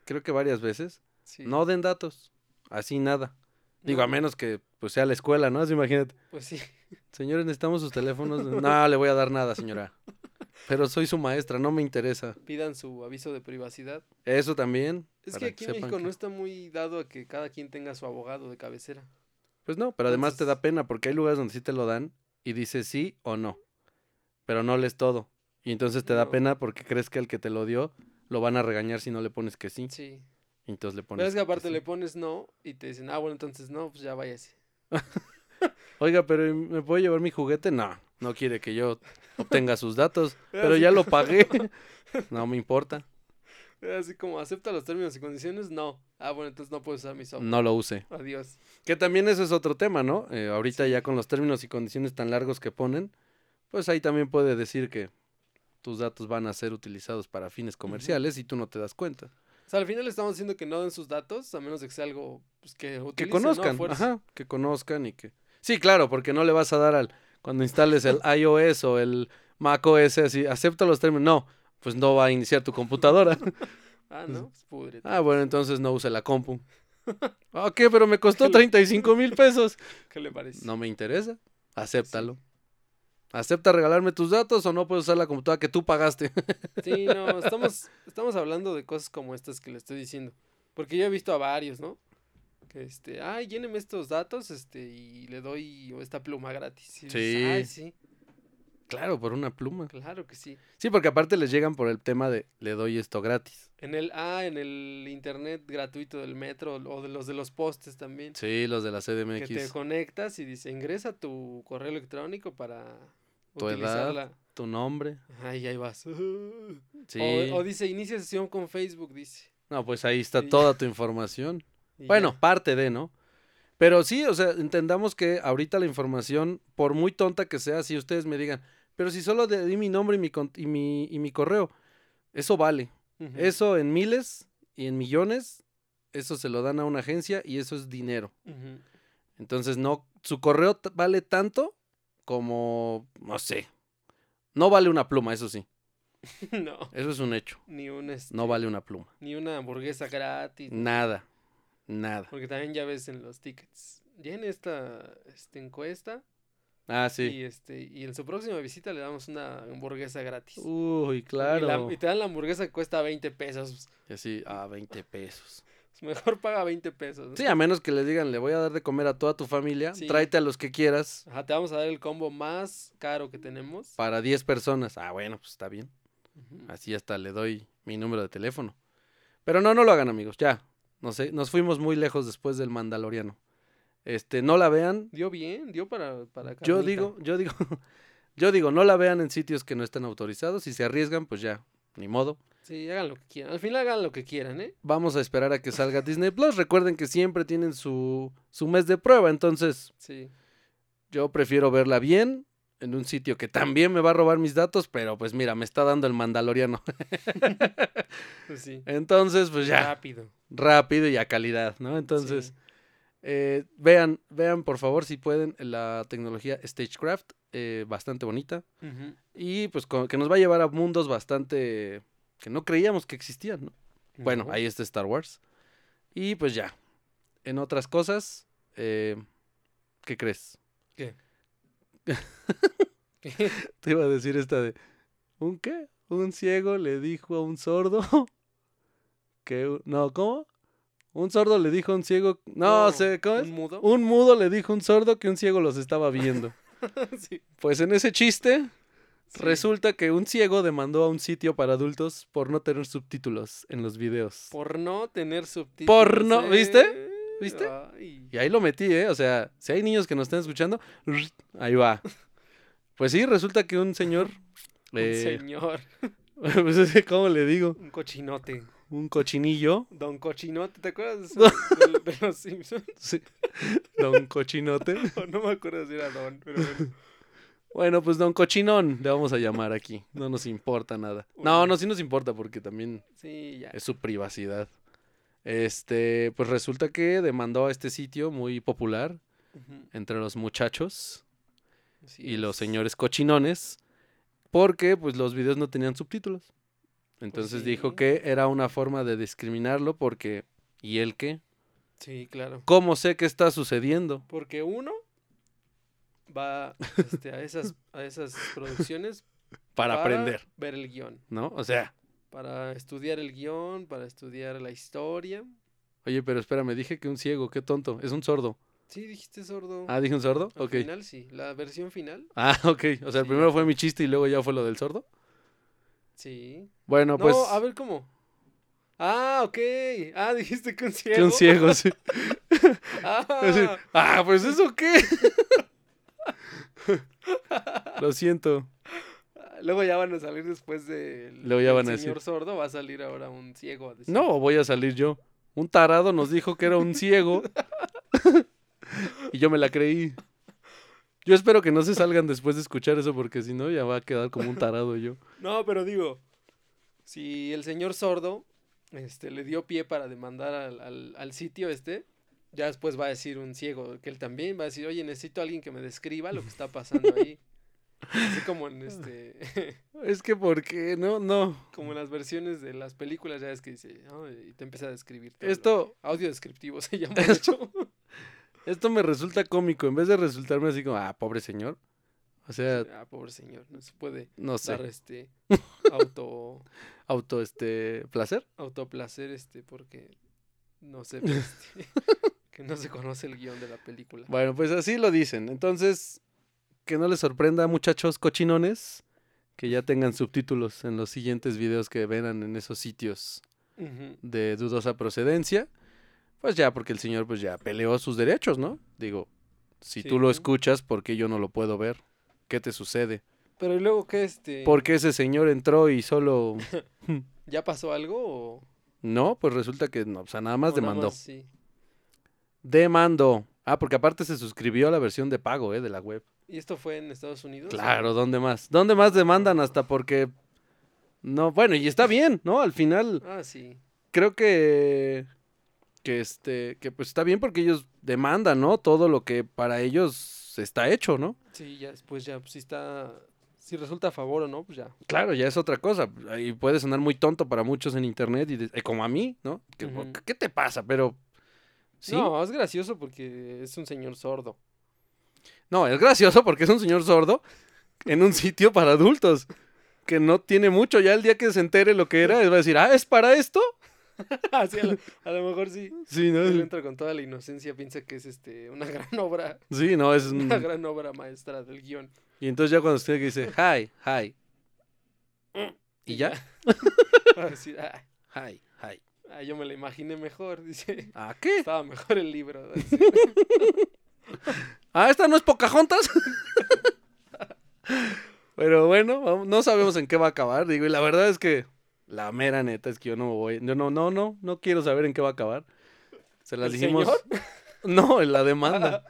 Speaker 1: creo que varias veces,
Speaker 2: Sí.
Speaker 1: no den datos. Así nada. Digo,
Speaker 2: No,
Speaker 1: a menos que pues sea la escuela, ¿no? Así imagínate.
Speaker 2: Pues sí.
Speaker 1: Señores, necesitamos sus teléfonos. No, le voy a dar nada, señora. Pero soy su maestra, no me interesa.
Speaker 2: pidan su aviso de privacidad.
Speaker 1: Eso también.
Speaker 2: Es
Speaker 1: para
Speaker 2: que aquí en
Speaker 1: sepan
Speaker 2: México
Speaker 1: que-
Speaker 2: no está muy dado a que cada quien tenga su abogado de cabecera.
Speaker 1: Pues no, pero además te
Speaker 2: Entonces-
Speaker 1: da pena porque hay lugares donde sí te lo dan y dice sí o no. Pero no lees todo. Y entonces te da
Speaker 2: No.
Speaker 1: pena porque crees que el que te lo dio lo van a regañar si no le pones que sí.
Speaker 2: Sí.
Speaker 1: Y entonces le pones.
Speaker 2: Pero es que aparte
Speaker 1: sí.
Speaker 2: le pones no y te dicen, ah, bueno, entonces no, pues ya váyase.
Speaker 1: Oiga, pero ¿y ¿me puedo llevar mi juguete? No, no quiere que yo obtenga sus datos, pero ya lo pagué. No me importa,
Speaker 2: Era Así como, acepta los términos y condiciones, no. Ah, bueno, entonces no puedes usar mi software.
Speaker 1: no lo use.
Speaker 2: Adiós.
Speaker 1: Que también eso es otro tema, ¿no? Eh, ahorita ya con los términos y condiciones tan largos que ponen, pues ahí también puede decir que tus datos van a ser utilizados para fines comerciales y tú no te das cuenta.
Speaker 2: O sea, al final estamos diciendo que no den sus datos, a menos de que sea algo pues, que
Speaker 1: Que
Speaker 2: utilicen, ¿no? A
Speaker 1: conozcan,
Speaker 2: fuerza.
Speaker 1: ajá, que conozcan y que... Sí, claro, porque no le vas a dar al... Cuando instales el iOS o el macOS, así, acepta los términos. No, pues no va a iniciar tu computadora.
Speaker 2: Ah, no, pues púdrete.
Speaker 1: Ah, bueno, entonces no use la compu. Ah, ¿qué? Pero me costó
Speaker 2: Claro.
Speaker 1: 35 mil pesos.
Speaker 2: ¿Qué le parece?
Speaker 1: No me interesa. Acéptalo. ¿Acepta regalarme tus datos o no puedes usar la computadora que tú pagaste?
Speaker 2: Sí, no, estamos, estamos hablando de cosas como estas que le estoy diciendo. Porque yo he visto a varios, ¿no? Que este, ay, lléneme estos datos, este, y le doy esta pluma gratis. Y dices,
Speaker 1: Sí.
Speaker 2: Ay, sí,
Speaker 1: claro, por una pluma.
Speaker 2: claro que sí.
Speaker 1: Sí, porque aparte les llegan por el tema de le doy esto gratis.
Speaker 2: En el, ah, en el internet gratuito del metro o de los de los postes también.
Speaker 1: Sí, los de la
Speaker 2: Que te
Speaker 1: CDMX.
Speaker 2: conectas y dice, ingresa tu correo electrónico para
Speaker 1: Tu edad.
Speaker 2: utilizarla.
Speaker 1: Tu nombre.
Speaker 2: Ay, ahí vas. O-
Speaker 1: Sí.
Speaker 2: O, dice, inicia sesión con Facebook, dice.
Speaker 1: No, pues ahí está
Speaker 2: Y ya.
Speaker 1: toda tu información.
Speaker 2: Y
Speaker 1: Bueno,
Speaker 2: ya.
Speaker 1: parte de, ¿no? Pero sí, o sea, entendamos que ahorita la información, por muy tonta que sea, si ustedes me digan, pero si solo de- di mi nombre y mi, con- y mi, y mi correo, eso vale.
Speaker 2: Ujú.
Speaker 1: Eso en miles y en millones, eso se lo dan a una agencia y eso es dinero.
Speaker 2: Ujú.
Speaker 1: Entonces, no, su correo t- vale tanto como, no sé, no vale una pluma, eso sí,
Speaker 2: No,
Speaker 1: eso es un hecho.
Speaker 2: ni un este,
Speaker 1: No vale una pluma.
Speaker 2: ni una hamburguesa gratis.
Speaker 1: Nada, nada.
Speaker 2: Porque también ya ves en los tickets. Llene esta este, encuesta
Speaker 1: Ah, sí.
Speaker 2: y este y en su próxima visita le damos una hamburguesa gratis. Y
Speaker 1: Uy,
Speaker 2: la-
Speaker 1: Uh, claro.
Speaker 2: Y, te dan la hamburguesa que cuesta 20 pesos.
Speaker 1: Y así, ah, 20 pesos.
Speaker 2: Pues Mejor paga 20 pesos. ¿no?
Speaker 1: Sí, a menos que les digan, le voy a dar de comer a toda tu familia,
Speaker 2: Sí.
Speaker 1: tráete a los que quieras
Speaker 2: Ajá, te vamos a dar el combo más caro que tenemos.
Speaker 1: para 10 personas. Ah, bueno, pues está bien.
Speaker 2: Ujú.
Speaker 1: Así hasta le doy mi número de teléfono. Pero no, no lo hagan, amigos, ya. No sé, nos fuimos muy lejos después del Mandaloriano. Este, no la vean.
Speaker 2: Dio bien, dio para, para
Speaker 1: Yo
Speaker 2: carnita.
Speaker 1: digo, yo digo, yo digo, no la vean en sitios que no están autorizados. Si se arriesgan, pues ya, ni modo.
Speaker 2: Sí, hagan lo que quieran. Al final hagan lo que quieran, ¿eh?
Speaker 1: Vamos a esperar a que salga Disney Plus. Recuerden que siempre tienen su, su mes de prueba, entonces
Speaker 2: Sí.
Speaker 1: Yo prefiero verla bien, en un sitio que también me va a robar mis datos, pero pues mira, me está dando el mandaloriano.
Speaker 2: Pues sí.
Speaker 1: Entonces, pues ya,
Speaker 2: Rápido.
Speaker 1: rápido y a calidad, ¿no? Entonces,
Speaker 2: sí.
Speaker 1: eh, vean, vean por favor si pueden la tecnología Stagecraft, eh, bastante bonita.
Speaker 2: Ujú.
Speaker 1: Y pues co- que nos va a llevar a mundos bastante que no creíamos que existían, ¿no? Bueno,
Speaker 2: Ujú.
Speaker 1: ahí está Star Wars. Y pues ya. En otras cosas, eh, ¿qué crees?
Speaker 2: ¿Qué?
Speaker 1: Te iba a decir esta de, ¿un qué? Un ciego le dijo a un sordo que... u- No, ¿cómo? Un sordo le dijo a un ciego... No,
Speaker 2: No,
Speaker 1: sé, ¿cómo es?
Speaker 2: ¿Un mudo?
Speaker 1: Un mudo le dijo a un sordo que un ciego los estaba viendo.
Speaker 2: Sí,
Speaker 1: Pues en ese chiste,
Speaker 2: sí.
Speaker 1: resulta que un ciego demandó a un sitio para adultos por no tener subtítulos en los videos.
Speaker 2: Por no tener subtítulos.
Speaker 1: Por no-
Speaker 2: ¿eh?
Speaker 1: ¿viste? ¿Viste?
Speaker 2: Ay.
Speaker 1: Y ahí lo metí, ¿eh? O sea, si hay niños que nos están escuchando, ahí va. Pues sí, resulta que un señor...
Speaker 2: Un
Speaker 1: eh,
Speaker 2: señor,
Speaker 1: pues es que, ¿Cómo le digo?
Speaker 2: un cochinote.
Speaker 1: Un cochinillo.
Speaker 2: Don Cochinote, ¿te acuerdas de, eso? De- de los Simpsons?
Speaker 1: Sí. Don Cochinote.
Speaker 2: O no me acuerdo si era Don, pero bueno.
Speaker 1: Bueno, pues Don Cochinón le vamos a llamar aquí. No nos importa nada. No, no, sí nos importa porque también
Speaker 2: Sí, ya.
Speaker 1: es su privacidad. Este, pues resulta que demandó a este sitio muy popular
Speaker 2: Ujú.
Speaker 1: entre los muchachos
Speaker 2: Sí,
Speaker 1: y los
Speaker 2: es-
Speaker 1: señores cochinones porque pues los videos no tenían subtítulos. Entonces dijo
Speaker 2: Pues sí.
Speaker 1: que era una forma de discriminarlo porque ¿y él qué?
Speaker 2: Sí, claro.
Speaker 1: ¿Cómo sé qué está sucediendo?
Speaker 2: Porque uno va este, a, esas, a esas producciones
Speaker 1: Para, aprender,
Speaker 2: ver el guión,
Speaker 1: ¿no? O sea,
Speaker 2: para estudiar el guión, para estudiar la historia.
Speaker 1: oye, pero espera, me dije que un ciego, qué tonto, es un sordo.
Speaker 2: Sí, dijiste sordo.
Speaker 1: Ah, dije un sordo,
Speaker 2: Al
Speaker 1: ok.
Speaker 2: final sí, la versión final.
Speaker 1: Ah, ok, o sea, el
Speaker 2: Sí,
Speaker 1: primero fue
Speaker 2: ajá.
Speaker 1: mi chiste y luego ya fue lo del sordo.
Speaker 2: Sí.
Speaker 1: Bueno,
Speaker 2: No,
Speaker 1: pues
Speaker 2: a ver cómo. Ah, ok. Ah, dijiste que un ciego.
Speaker 1: que un ciego, sí.
Speaker 2: Ah,
Speaker 1: Es decir, ah, pues eso qué. lo siento.
Speaker 2: Luego ya van a salir después del
Speaker 1: Luego ya
Speaker 2: del
Speaker 1: van a
Speaker 2: señor sordo, va a salir ahora un ciego. a decir,
Speaker 1: No, voy a salir yo. Un tarado nos dijo que era un ciego. y yo me la creí. Yo espero que no se salgan después de escuchar eso porque si no ya va a quedar como un tarado yo.
Speaker 2: No, pero digo, si el señor sordo este, le dio pie para demandar al, al- al sitio este, ya después va a decir un ciego, que él también va a decir, oye, necesito a alguien que me describa lo que está pasando ahí. Así como en este
Speaker 1: Es que porque no, no.
Speaker 2: como en las versiones de las películas, ya es que dice, "No", y te empieza a describir todo lo-
Speaker 1: Esto,
Speaker 2: audio descriptivo se llama. de hecho.
Speaker 1: esto me resulta cómico. En vez de resultarme así como, ah, pobre señor. O sea,
Speaker 2: Ah, pobre señor, no se puede
Speaker 1: no
Speaker 2: dar
Speaker 1: sé.
Speaker 2: este auto
Speaker 1: Auto, este, placer.
Speaker 2: autoplacer este porque no sé pues, este, que no se conoce el guión de la película.
Speaker 1: Bueno, pues así lo dicen. Entonces, que no les sorprenda, muchachos cochinones, que ya tengan subtítulos en los siguientes videos que venan en esos sitios
Speaker 2: Ujú.
Speaker 1: de dudosa procedencia. Pues ya, porque el señor pues ya peleó sus derechos, ¿no? Digo, si tú lo
Speaker 2: Sí.
Speaker 1: escuchas, ¿por qué yo no lo puedo ver? ¿Qué te sucede?
Speaker 2: Pero y luego que este
Speaker 1: ¿Por qué ese señor entró y solo...
Speaker 2: ya pasó algo o
Speaker 1: No, pues resulta que no, o sea, nada más
Speaker 2: o nada
Speaker 1: demandó.
Speaker 2: más sí?
Speaker 1: Demandó. Ah, porque aparte se suscribió a la versión de pago, ¿eh? De la web.
Speaker 2: Y esto fue en Estados Unidos.
Speaker 1: Claro, ¿dónde más? ¿Dónde más demandan hasta porque... No, bueno, y está bien, ¿no? Al final
Speaker 2: Ah, sí.
Speaker 1: creo que... Que este... Que pues está bien porque ellos demandan, ¿no? Todo lo que para ellos está hecho, ¿no?
Speaker 2: Sí, ya después ya pues, si está si resulta a favor o no, pues ya.
Speaker 1: Claro, ya es otra cosa. Y puede sonar muy tonto para muchos en internet y de- eh, como a mí, ¿no? Que,
Speaker 2: Ujú.
Speaker 1: ¿Qué te pasa? Pero... Sí. No.
Speaker 2: No, es gracioso porque es un señor sordo.
Speaker 1: es gracioso porque es un señor sordo en un sitio para adultos que no tiene mucho. Ya el día que se entere lo que era, él va a decir, ah, ¿es para esto?
Speaker 2: Ah, sí, a, lo, a lo mejor sí.
Speaker 1: Sí, no.
Speaker 2: Él entra con toda la inocencia, piensa que es este una gran obra,
Speaker 1: Sí, no, es un...
Speaker 2: una gran obra maestra del guión.
Speaker 1: Y entonces ya cuando usted que dice, hi, hi.
Speaker 2: Mm.
Speaker 1: Y ya,
Speaker 2: Va a decir, "Ah,
Speaker 1: hi, hi.
Speaker 2: ah, yo me la imaginé mejor, dice.
Speaker 1: ¿A qué?
Speaker 2: Estaba mejor el libro. va a decir.
Speaker 1: Ah, esta no es Pocahontas. Pero bueno, vamos- no sabemos en qué va a acabar, digo, y la verdad es que la mera neta es que yo no me voy, no, no, no, no, no quiero saber en qué va a acabar. Se
Speaker 2: ¿El
Speaker 1: las dijimos.
Speaker 2: señor?
Speaker 1: No, en la demanda.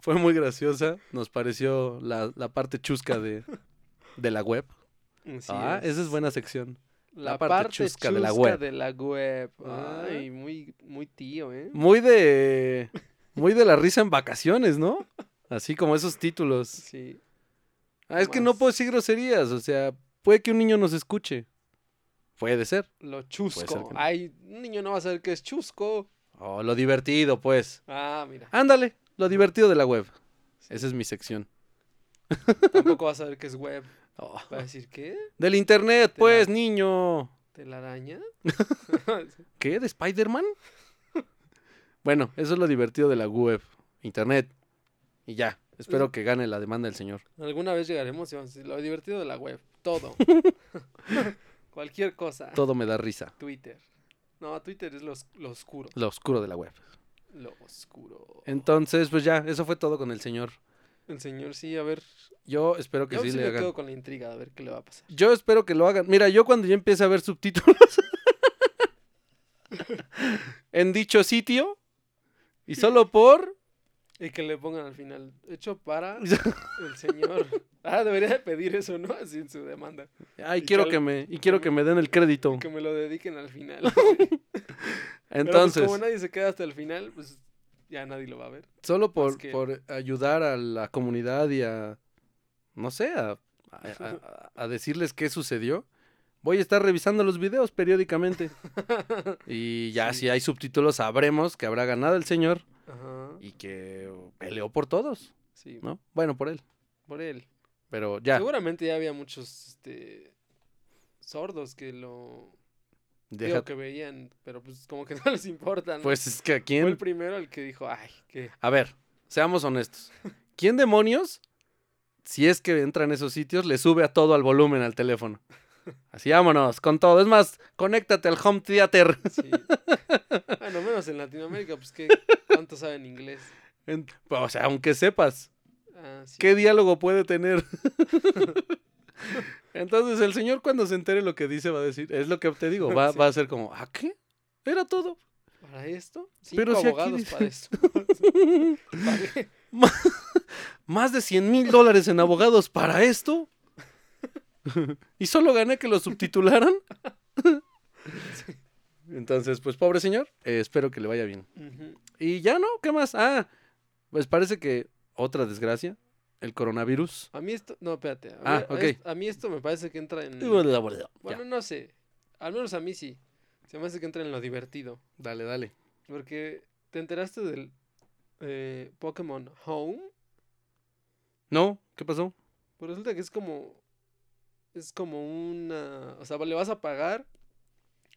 Speaker 1: Fue muy graciosa. Nos pareció la, la parte chusca de, de la web.
Speaker 2: Así
Speaker 1: ah,
Speaker 2: es.
Speaker 1: esa es buena sección.
Speaker 2: La,
Speaker 1: la
Speaker 2: parte,
Speaker 1: parte
Speaker 2: chusca, de la web.
Speaker 1: Ah.
Speaker 2: Ay, muy, muy tío, ¿eh?
Speaker 1: Muy de. Muy de la risa en vacaciones, ¿no? Así como esos títulos.
Speaker 2: Sí.
Speaker 1: Ah, es que no
Speaker 2: Más.
Speaker 1: puedo decir groserías. O sea, puede que un niño nos escuche. Puede ser.
Speaker 2: Lo chusco.
Speaker 1: que no.
Speaker 2: Ay, un niño no va a saber qué es chusco.
Speaker 1: O lo divertido, pues.
Speaker 2: Ah, mira.
Speaker 1: Ándale, lo divertido de la web.
Speaker 2: Sí.
Speaker 1: Esa es mi sección.
Speaker 2: Tampoco va a saber qué es web.
Speaker 1: Oh.
Speaker 2: Va a decir, ¿qué?
Speaker 1: Del internet,
Speaker 2: Te la-
Speaker 1: pues, niño.
Speaker 2: ¿Telaraña?
Speaker 1: ¿Qué? ¿De Spider-Man? bueno, eso es lo divertido de la web. Internet. Y ya. Espero que gane la demanda del señor.
Speaker 2: Alguna vez llegaremos y vamos a decir, lo divertido de la web. Todo. Cualquier cosa.
Speaker 1: Todo me da risa.
Speaker 2: Twitter. No, Twitter es lo, os- lo oscuro.
Speaker 1: Lo oscuro de la web.
Speaker 2: Lo oscuro.
Speaker 1: Entonces, pues ya, eso fue todo con el señor.
Speaker 2: El señor, sí, a ver.
Speaker 1: Yo espero que
Speaker 2: yo
Speaker 1: sí
Speaker 2: sí
Speaker 1: le
Speaker 2: me
Speaker 1: hagan.
Speaker 2: quedo con la intriga a ver qué le va a pasar.
Speaker 1: Yo espero que lo hagan. Mira, yo cuando ya empiece a ver subtítulos en dicho sitio y solo por
Speaker 2: Y que le pongan al final. Hecho para el señor. Ah, debería de pedir eso, ¿no? Así en su demanda.
Speaker 1: ay
Speaker 2: Y
Speaker 1: quiero
Speaker 2: que
Speaker 1: que me y quiero que me den el crédito.
Speaker 2: Que me lo dediquen al final. Pero, pues,
Speaker 1: Entonces,
Speaker 2: como nadie se queda hasta el final, pues ya nadie lo va a ver.
Speaker 1: solo
Speaker 2: más
Speaker 1: por,
Speaker 2: que-
Speaker 1: por ayudar a la comunidad y a no sé, a, a- a- a decirles qué sucedió. Voy a estar revisando los videos periódicamente. Y ya
Speaker 2: Sí.
Speaker 1: si hay subtítulos sabremos que habrá ganado el señor
Speaker 2: Ajá.
Speaker 1: y que oh, peleó por todos,
Speaker 2: Sí,
Speaker 1: ¿no? Bueno, por él.
Speaker 2: por él.
Speaker 1: Pero ya,
Speaker 2: Seguramente ya había muchos este, sordos que lo digo,
Speaker 1: deja-
Speaker 2: que veían, pero pues como que no les importa. ¿no?
Speaker 1: Pues es que a
Speaker 2: Fue el
Speaker 1: quién...
Speaker 2: primero el que dijo, ay, que
Speaker 1: A ver, seamos honestos. ¿Quién demonios, si es que entra en esos sitios, le sube a todo al volumen al teléfono? Así vámonos, con todo. Es más, conéctate al home theater.
Speaker 2: sí. bueno, menos en Latinoamérica, pues que cuánto saben inglés.
Speaker 1: En- O sea, aunque sepas.
Speaker 2: Ah, sí.
Speaker 1: ¿Qué diálogo puede tener? Entonces el señor cuando se entere lo que dice va a decir, es lo que te digo, va,
Speaker 2: Sí.
Speaker 1: va a ser como, ¿ah qué? Era todo.
Speaker 2: ¿Para esto? Cinco
Speaker 1: Pero
Speaker 2: Pero
Speaker 1: si aquí
Speaker 2: abogados
Speaker 1: dice-
Speaker 2: para esto. Pagué.
Speaker 1: Más de 100 mil dólares en abogados para esto. y solo gané que lo subtitularan. Entonces, pues pobre señor, eh, espero que le vaya bien.
Speaker 2: Ujú.
Speaker 1: Y ya no, ¿qué más? Ah, pues parece que otra desgracia, el coronavirus.
Speaker 2: A mí esto, no, espérate. A mí,
Speaker 1: Ah, ok.
Speaker 2: es- a mí esto me parece que entra en...
Speaker 1: Ya,
Speaker 2: Bueno, no sé. Al menos a mí sí. Se me hace que entra en lo divertido.
Speaker 1: Dale, dale.
Speaker 2: Porque te enteraste del eh, Pokémon Home.
Speaker 1: No, ¿qué pasó?
Speaker 2: Pues resulta que es como. Es como una. O sea, le vas a pagar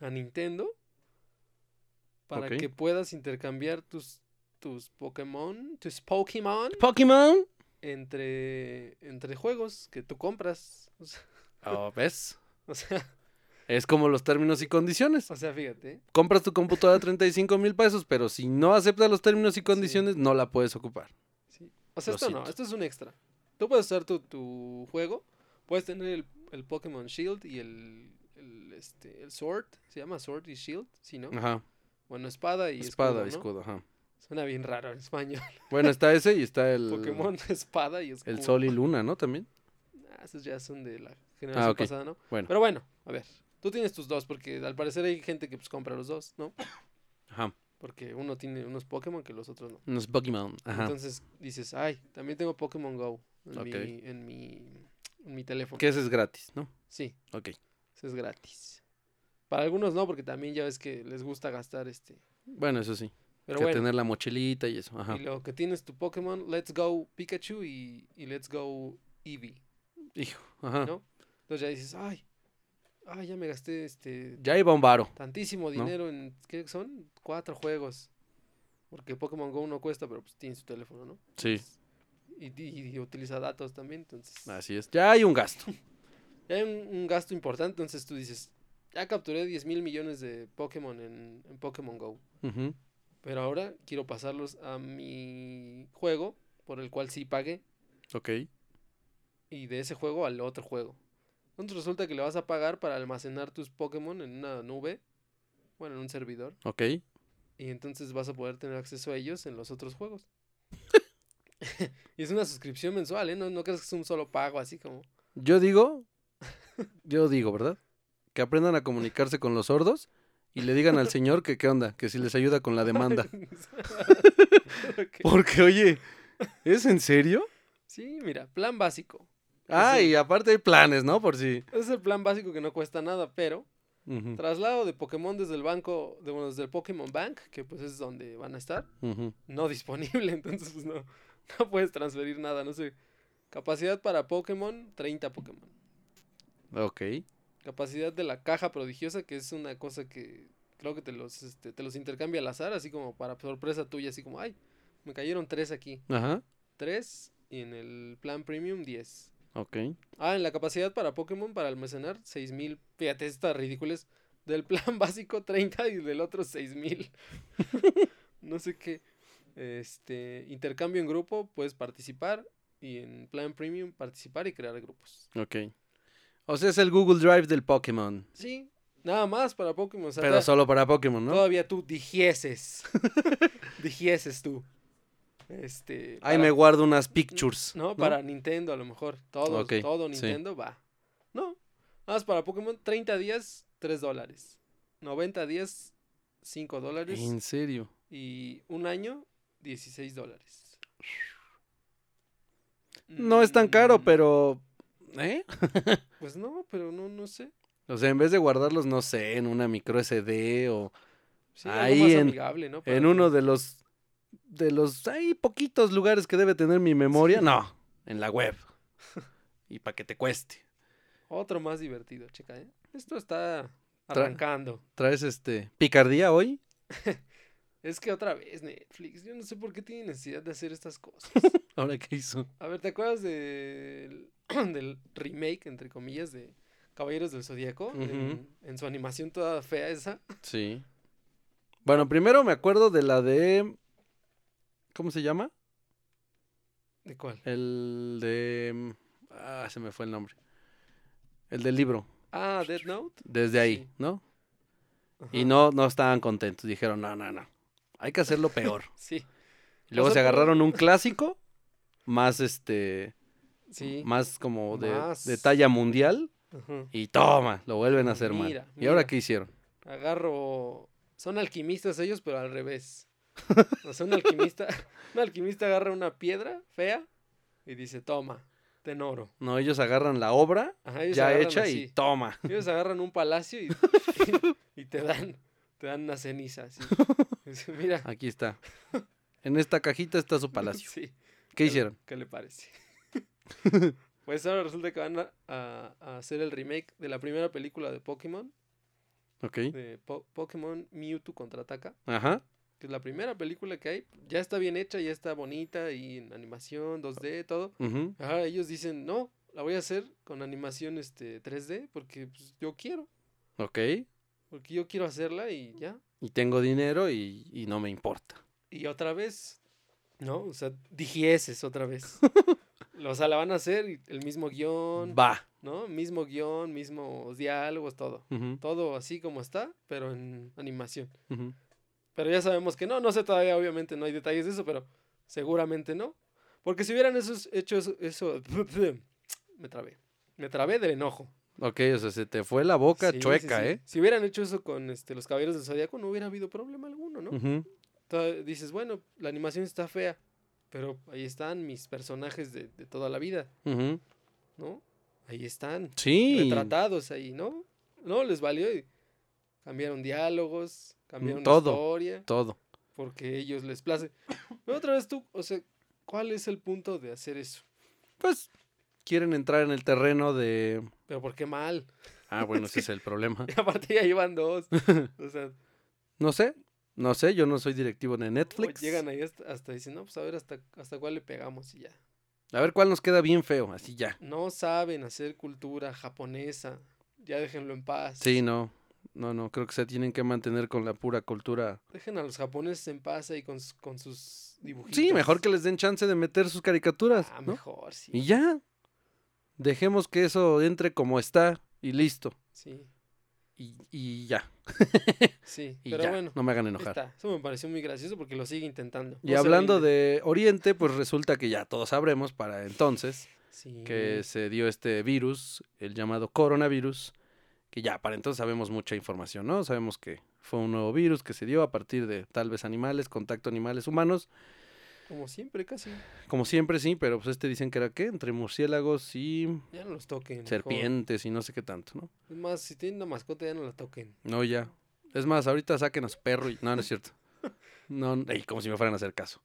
Speaker 2: a Nintendo para
Speaker 1: Ok.
Speaker 2: que puedas intercambiar tus, tus Pokémon. Tus Pokémon
Speaker 1: Pokémon.
Speaker 2: entre. entre juegos que tú compras. O sea,
Speaker 1: Oh, ¿Ves?
Speaker 2: o sea,
Speaker 1: Es como los términos y condiciones.
Speaker 2: o sea, fíjate.
Speaker 1: Compras tu computadora a 35 mil pesos, pero si no aceptas los términos y condiciones, no la puedes ocupar.
Speaker 2: Sí. O sea,
Speaker 1: Lo
Speaker 2: esto no,
Speaker 1: siento.
Speaker 2: esto es un extra. Tú puedes usar tu, tu juego, puedes tener el, el Pokémon Shield y el, el, este, el Sword, se llama Sword y Shield, ¿sí, no?
Speaker 1: Ajá.
Speaker 2: Bueno, espada y
Speaker 1: Espada,
Speaker 2: escudo, ¿no?
Speaker 1: escudo, ajá.
Speaker 2: Suena bien raro en español.
Speaker 1: Bueno, está ese y está el.
Speaker 2: Pokémon espada y escudo.
Speaker 1: El sol y luna, ¿no? También.
Speaker 2: Ah, esos ya son de la generación
Speaker 1: ok.
Speaker 2: pasada, ¿no?
Speaker 1: Bueno.
Speaker 2: Pero bueno, a ver, tú tienes tus dos porque al parecer hay gente que pues compra los dos, ¿no?
Speaker 1: Ajá.
Speaker 2: Porque uno tiene unos Pokémon que los otros no.
Speaker 1: Unos Pokémon. Ajá.
Speaker 2: Entonces dices, ay, también tengo Pokémon Go en,
Speaker 1: Ok.
Speaker 2: mi, en, mi, en mi teléfono.
Speaker 1: que ese es gratis, ¿no?
Speaker 2: Sí,
Speaker 1: Ok.
Speaker 2: eso es gratis. Para algunos no, porque también ya ves que les gusta gastar este.
Speaker 1: Bueno, eso sí.
Speaker 2: Pero
Speaker 1: que
Speaker 2: bueno,
Speaker 1: tener la mochilita y eso. Ajá.
Speaker 2: y lo que tienes tu Pokémon, Let's Go Pikachu y, y Let's Go Eevee,
Speaker 1: Hijo. Ajá.
Speaker 2: ¿no? Entonces ya dices, ay, ay, ya me gasté este
Speaker 1: Ya iba un varo.
Speaker 2: tantísimo dinero en, ¿qué son? Cuatro juegos. Porque Pokémon Go no cuesta, pero pues tienes tu teléfono, ¿no?
Speaker 1: Sí.
Speaker 2: Y, y- y utiliza datos también, entonces.
Speaker 1: Así es. Ya hay un gasto.
Speaker 2: Ya hay un, un gasto importante, entonces tú dices, ya capturé 10 mil millones de Pokémon en, en Pokémon Go.
Speaker 1: Ujú.
Speaker 2: Pero ahora quiero pasarlos a mi juego, por el cual sí pagué,
Speaker 1: Ok.
Speaker 2: y de ese juego al otro juego. Entonces resulta que le vas a pagar para almacenar tus Pokémon en una nube, bueno, en un servidor,
Speaker 1: Ok.
Speaker 2: y entonces vas a poder tener acceso a ellos en los otros juegos. Y es una suscripción mensual, ¿eh? No, no crees que es un solo pago, así como.
Speaker 1: Yo digo, yo digo, ¿verdad? Que aprendan a comunicarse con los sordos y le digan al señor que qué onda, que si les ayuda con la demanda.
Speaker 2: Ok.
Speaker 1: Porque, oye, ¿es en serio?
Speaker 2: Sí, mira, plan básico.
Speaker 1: Ah,
Speaker 2: Sí.
Speaker 1: y aparte hay planes, ¿no? Por si.
Speaker 2: Es el plan básico que no cuesta nada, pero
Speaker 1: Ujú,
Speaker 2: traslado de Pokémon desde el banco, de, bueno, desde el Pokémon Bank, que pues es donde van a estar,
Speaker 1: ujú.
Speaker 2: no disponible, entonces pues no, no puedes transferir nada, no sé. Capacidad para Pokémon, 30 Pokémon.
Speaker 1: Ok.
Speaker 2: Capacidad de la caja prodigiosa, que es una cosa que creo que te los, este, te los intercambia al azar, así como para sorpresa tuya, así como, ay, me cayeron tres aquí.
Speaker 1: Ajá.
Speaker 2: 3 y en el plan premium 10.
Speaker 1: Ok.
Speaker 2: Ah, en la capacidad para Pokémon para almacenar 6000. Fíjate, estas ridículas. Del plan básico 30 y del otro 6000. no sé qué. Este, intercambio en grupo, puedes participar y en plan premium participar y crear grupos.
Speaker 1: Ok. O sea, es el Google Drive del Pokémon.
Speaker 2: Sí, nada más para Pokémon, o sea,
Speaker 1: Pero
Speaker 2: ta-
Speaker 1: solo para Pokémon, ¿no?
Speaker 2: todavía tú digieses. digieses tú. Este,
Speaker 1: Ahí
Speaker 2: para-
Speaker 1: me guardo unas pictures.
Speaker 2: No, para Nintendo a lo mejor. Todo,
Speaker 1: Ok,
Speaker 2: todo
Speaker 1: sí.
Speaker 2: Nintendo va. No. Nada más para Pokémon, 30 días, 3 dólares. 90 días, 5 dólares.
Speaker 1: En serio.
Speaker 2: Y un año, 16 dólares.
Speaker 1: No es tan caro,
Speaker 2: Mm,
Speaker 1: pero. ¿Eh?
Speaker 2: Pues no, pero no, no sé.
Speaker 1: O sea, en vez de guardarlos, no sé, en una micro SD o
Speaker 2: Sí, algo
Speaker 1: Ahí
Speaker 2: más
Speaker 1: en-
Speaker 2: amigable, ¿no? Para
Speaker 1: en
Speaker 2: que-
Speaker 1: uno de los. De los. Hay poquitos lugares que debe tener mi memoria. No, en la web. Y para que te cueste.
Speaker 2: Otro más divertido, checa, ¿eh? Esto está
Speaker 1: Tra-
Speaker 2: arrancando.
Speaker 1: ¿Traes este. picardía hoy?
Speaker 2: Es que otra vez Netflix, yo no sé por qué tiene necesidad de hacer estas cosas.
Speaker 1: ¿Ahora qué hizo?
Speaker 2: A ver, ¿te acuerdas del, del remake, entre comillas, de Caballeros del Zodíaco?
Speaker 1: Ujú.
Speaker 2: en, en su animación toda fea esa.
Speaker 1: Sí. Bueno, primero me acuerdo de la de. ¿Cómo se llama?
Speaker 2: ¿De cuál?
Speaker 1: El de. Ah, se me fue el nombre. El del libro.
Speaker 2: Ah, Dead Note.
Speaker 1: Desde ahí,
Speaker 2: Sí.
Speaker 1: ¿no?
Speaker 2: Ajá,
Speaker 1: Y no, no estaban contentos. Dijeron, no, no, no. Hay que hacerlo peor.
Speaker 2: Sí,
Speaker 1: Y luego
Speaker 2: O sea,
Speaker 1: se
Speaker 2: pero-
Speaker 1: agarraron un clásico. Más este.
Speaker 2: sí.
Speaker 1: Más como de,
Speaker 2: Más.
Speaker 1: de talla mundial.
Speaker 2: Ajá.
Speaker 1: Y toma, lo vuelven a hacer
Speaker 2: Mira,
Speaker 1: mal. ¿Y ahora
Speaker 2: mira.
Speaker 1: qué hicieron?
Speaker 2: Agarro. Son alquimistas ellos, pero al revés. O sea, un alquimista, un alquimista agarra una piedra fea y dice, toma, ten oro.
Speaker 1: No, ellos agarran la obra
Speaker 2: Ajá, ellos
Speaker 1: ya
Speaker 2: agarran
Speaker 1: hecha y
Speaker 2: así.
Speaker 1: toma.
Speaker 2: Ellos agarran un palacio y, y te dan, te dan una ceniza. así. Dice, Mira,
Speaker 1: Aquí está. En esta cajita está su palacio.
Speaker 2: Sí.
Speaker 1: ¿Qué
Speaker 2: le-
Speaker 1: hicieron?
Speaker 2: ¿Qué le parece? pues ahora resulta que van a, a- a hacer el remake de la primera película de Pokémon,
Speaker 1: Ok.
Speaker 2: de Po- Pokémon Mewtwo contraataca,
Speaker 1: Ajá.
Speaker 2: que es la primera película que hay. Ya está bien hecha, ya está bonita y en animación
Speaker 1: Ah.
Speaker 2: 2D, todo.
Speaker 1: ujú.
Speaker 2: Ahora ellos dicen, no, la voy a hacer con animación este 3D porque pues, yo quiero,
Speaker 1: Ok.
Speaker 2: porque yo quiero hacerla y ya.
Speaker 1: Y tengo dinero y, y no me importa.
Speaker 2: Y otra vez, ¿no? O sea, digieses otra vez. o sea, la van a hacer y el mismo guión.
Speaker 1: Va.
Speaker 2: ¿no? Mismo guión, mismos diálogos, todo.
Speaker 1: Ujú,
Speaker 2: Todo así como está, pero en animación.
Speaker 1: ujú.
Speaker 2: Pero ya sabemos que no, no sé todavía, obviamente no hay detalles de eso, pero seguramente no. Porque si hubieran esos, hecho eso, eso- Me trabé. Me trabé del enojo.
Speaker 1: Ok, o sea, se te fue la boca
Speaker 2: Sí, sí,
Speaker 1: chueca,
Speaker 2: sí.
Speaker 1: ¿eh?
Speaker 2: Si hubieran hecho eso con este, los caballeros del zodiaco, no hubiera habido problema alguno, ¿no?
Speaker 1: Ujú.
Speaker 2: Todavía dices, bueno, la animación está fea, pero ahí están mis personajes de, de toda la vida,
Speaker 1: Ujú.
Speaker 2: ¿no? Ahí están.
Speaker 1: Sí.
Speaker 2: retratados ahí, ¿no? No, les valió y cambiaron diálogos, cambiaron
Speaker 1: todo.
Speaker 2: historia,
Speaker 1: Todo.
Speaker 2: porque ellos les place. Pero otra vez tú, o sea, ¿cuál es el punto de hacer eso?
Speaker 1: Pues quieren entrar en el terreno de...
Speaker 2: Pero ¿por qué mal?
Speaker 1: Ah, bueno, ese es el problema.
Speaker 2: Y aparte ya llevan dos. O sea,
Speaker 1: No sé, no sé, yo no soy directivo de Netflix.
Speaker 2: llegan ahí hasta, hasta dicen, no, pues a ver hasta, hasta cuál le pegamos y ya.
Speaker 1: A ver cuál nos queda bien feo, así ya.
Speaker 2: No saben hacer cultura japonesa. Ya déjenlo en paz.
Speaker 1: Sí, no. No, no, creo que se tienen que mantener con la pura cultura.
Speaker 2: Dejen a los japoneses en paz ahí con, sus- con sus dibujitos.
Speaker 1: Sí, mejor que les den chance de meter sus caricaturas,
Speaker 2: Ah,
Speaker 1: ¿no?
Speaker 2: mejor, sí.
Speaker 1: Y ya. Dejemos que eso entre como está y listo.
Speaker 2: Sí.
Speaker 1: y, y ya.
Speaker 2: Sí,
Speaker 1: Y
Speaker 2: pero
Speaker 1: ya,
Speaker 2: bueno.
Speaker 1: no me hagan
Speaker 2: ahí
Speaker 1: enojar.
Speaker 2: Está. Eso me pareció muy gracioso porque lo sigue intentando.
Speaker 1: Y hablando de Oriente, pues resulta que ya todos sabremos para entonces que se dio este virus, el llamado coronavirus, que ya para entonces sabemos mucha información, ¿no? Sabemos que fue un nuevo virus que se dio a partir de tal vez animales, contacto animales humanos,
Speaker 2: Como siempre, casi.
Speaker 1: como siempre sí, pero pues este dicen que era qué, entre murciélagos y
Speaker 2: Ya no los toquen. mejor.
Speaker 1: serpientes y no sé qué tanto, ¿no?
Speaker 2: Es más, si tienen una mascota, ya no la toquen.
Speaker 1: No, ya. Es más, ahorita saquen a su perro y... No, no es cierto. No, ey, como si me fueran a hacer caso.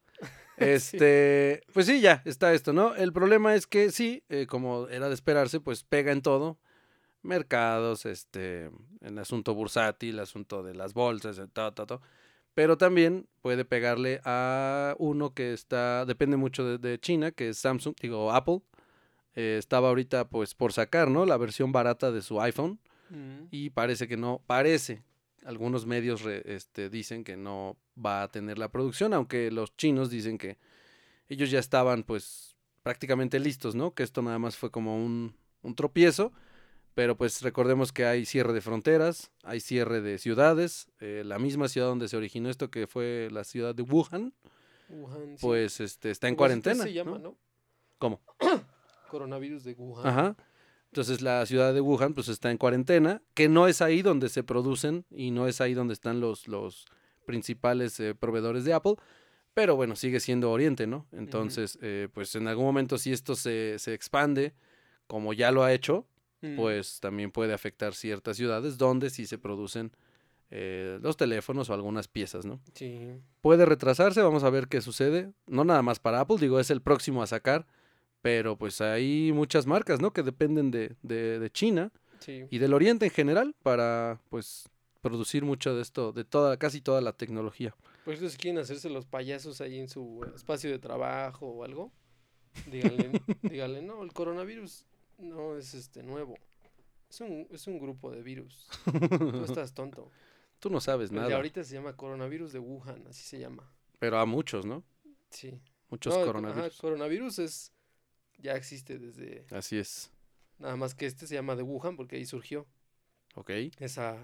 Speaker 1: Este, pues sí, ya está esto, ¿no? El problema es que sí, eh, como era de esperarse, pues pega en todo. Mercados, este, en asunto bursátil, asunto de las bolsas, eh, ta, ta, ta. Pero también puede pegarle a uno que está, depende mucho de, de China, que es Samsung, digo Apple. Eh, estaba ahorita pues por sacar, ¿no? La versión barata de su iPhone
Speaker 2: Mm.
Speaker 1: y parece que no, parece, algunos medios re- este, dicen que no va a tener la producción, aunque los chinos dicen que ellos ya estaban pues prácticamente listos, ¿no? Que esto nada más fue como un, un tropiezo, pero pues recordemos que hay cierre de fronteras, hay cierre de ciudades, eh, la misma ciudad donde se originó esto que fue la ciudad de Wuhan,
Speaker 2: Wuhan, sí.
Speaker 1: pues este, está en
Speaker 2: Pues, así
Speaker 1: cuarentena.
Speaker 2: Se llama,
Speaker 1: ¿no?
Speaker 2: ¿no?
Speaker 1: ¿Cómo?
Speaker 2: Coronavirus de Wuhan.
Speaker 1: Ajá. Entonces la ciudad de Wuhan pues está en cuarentena, que no es ahí donde se producen y no es ahí donde están los, los principales eh, proveedores de Apple, pero bueno, sigue siendo Oriente, ¿no? Entonces, eh, pues en algún momento si esto se, se expande, como ya lo ha hecho,
Speaker 2: Mm.
Speaker 1: pues también puede afectar ciertas ciudades donde sí se producen eh, los teléfonos o algunas piezas, ¿no?
Speaker 2: Sí.
Speaker 1: puede retrasarse, vamos a ver qué sucede. No nada más para Apple, digo, es el próximo a sacar, pero pues hay muchas marcas, ¿no? Que dependen de, de- de China
Speaker 2: Sí.
Speaker 1: y del Oriente en general para, pues, producir mucho de esto, de toda, casi toda la tecnología.
Speaker 2: Por eso, si quieren hacerse los payasos ahí en su espacio de trabajo o algo, díganle, díganle, no, el coronavirus no es este nuevo. Es un, es un grupo de virus. Tú estás tonto.
Speaker 1: Tú no
Speaker 2: El Pues,
Speaker 1: sabes
Speaker 2: de
Speaker 1: pues nada,
Speaker 2: ahorita se llama coronavirus de Wuhan, así se llama.
Speaker 1: pero a muchos, ¿no?
Speaker 2: Sí.
Speaker 1: Muchos
Speaker 2: No, ajá,
Speaker 1: coronavirus.
Speaker 2: coronavirus es, ya existe desde,
Speaker 1: Así es.
Speaker 2: nada más que este se llama de Wuhan porque ahí surgió
Speaker 1: Ok.
Speaker 2: esa,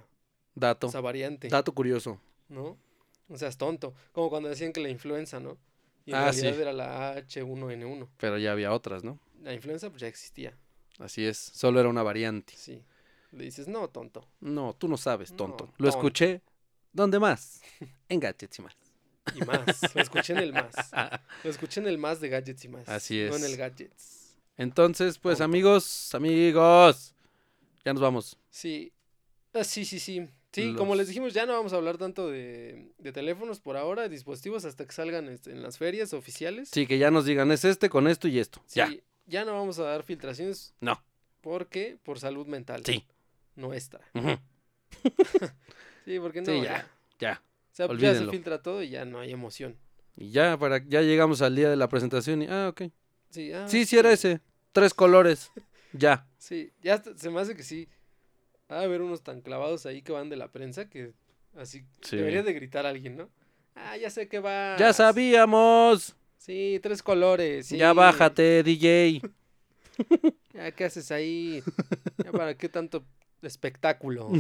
Speaker 1: Dato.
Speaker 2: esa variante.
Speaker 1: Dato curioso.
Speaker 2: ¿no? O sea, es tonto. Como cuando decían que la influenza, ¿no? Y en
Speaker 1: Ah, sí.
Speaker 2: realidad era la H1N1.
Speaker 1: Pero ya había otras, ¿no?
Speaker 2: La influenza pues ya existía.
Speaker 1: Así es. Solo era una variante.
Speaker 2: Sí. Le dices, no, tonto.
Speaker 1: No, tú no sabes, tonto.
Speaker 2: No,
Speaker 1: Lo
Speaker 2: tonto.
Speaker 1: escuché. ¿Dónde más? En Gadgets y más.
Speaker 2: Y más. Lo escuché en el más. Lo escuché en el más de gadgets y más.
Speaker 1: Así
Speaker 2: No en
Speaker 1: es.
Speaker 2: el gadgets.
Speaker 1: Entonces, pues
Speaker 2: Tonto.
Speaker 1: amigos, amigos, ya nos vamos.
Speaker 2: Sí. Ah, sí, sí, sí. Sí,
Speaker 1: Los-
Speaker 2: como les dijimos, ya no vamos a hablar tanto de, de teléfonos por ahora, de dispositivos, hasta que salgan este, en las ferias oficiales.
Speaker 1: Sí, que ya nos digan es este con esto y esto.
Speaker 2: Sí,
Speaker 1: Ya.
Speaker 2: ya no vamos a dar filtraciones
Speaker 1: No.
Speaker 2: porque por salud mental.
Speaker 1: Sí.
Speaker 2: Nuestra.
Speaker 1: Ujú.
Speaker 2: Sí, porque no.
Speaker 1: Sí, ya.
Speaker 2: ya.
Speaker 1: Ya.
Speaker 2: O sea, ya
Speaker 1: Olvídenlo.
Speaker 2: se filtra todo y ya no hay emoción.
Speaker 1: Y ya para ya llegamos al día de la presentación y ah, ok.
Speaker 2: Sí, ah,
Speaker 1: Sí, sí era ese. Tres colores. Ya.
Speaker 2: Sí, ya hasta- se me hace que sí. Va a haber unos tan clavados ahí que van de la prensa que así
Speaker 1: Sí.
Speaker 2: debería de gritar alguien, ¿no? Ah, ya sé que va.
Speaker 1: Ya sabíamos.
Speaker 2: Sí, tres colores. sí.
Speaker 1: Ya bájate, DJ.
Speaker 2: Ya, ¿qué haces ahí? Ya, ¿Para qué tanto espectáculo?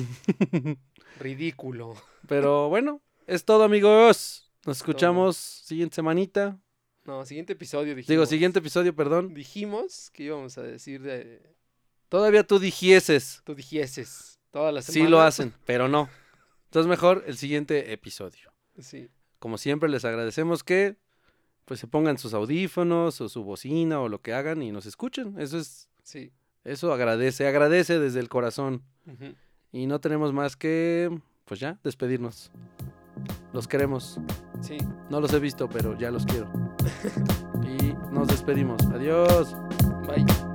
Speaker 2: Ridículo.
Speaker 1: Pero bueno, es todo, amigos. Nos escuchamos siguiente semanita.
Speaker 2: No, siguiente episodio dijimos.
Speaker 1: Digo, siguiente episodio, perdón.
Speaker 2: Dijimos que íbamos a decir de.
Speaker 1: Todavía tú dijieses.
Speaker 2: Tú dijieses. Todas las
Speaker 1: Sí
Speaker 2: semanas.
Speaker 1: lo hacen, pero no. Entonces mejor el siguiente episodio.
Speaker 2: Sí.
Speaker 1: como siempre, les agradecemos que pues se pongan sus audífonos o su bocina o lo que hagan y nos escuchen. Eso es,
Speaker 2: Sí.
Speaker 1: eso agradece, agradece desde el corazón.
Speaker 2: Ujú.
Speaker 1: Y no tenemos más que, pues ya, despedirnos. Los queremos.
Speaker 2: Sí.
Speaker 1: No los he visto, pero ya los quiero. y nos despedimos. Adiós.
Speaker 2: Bye.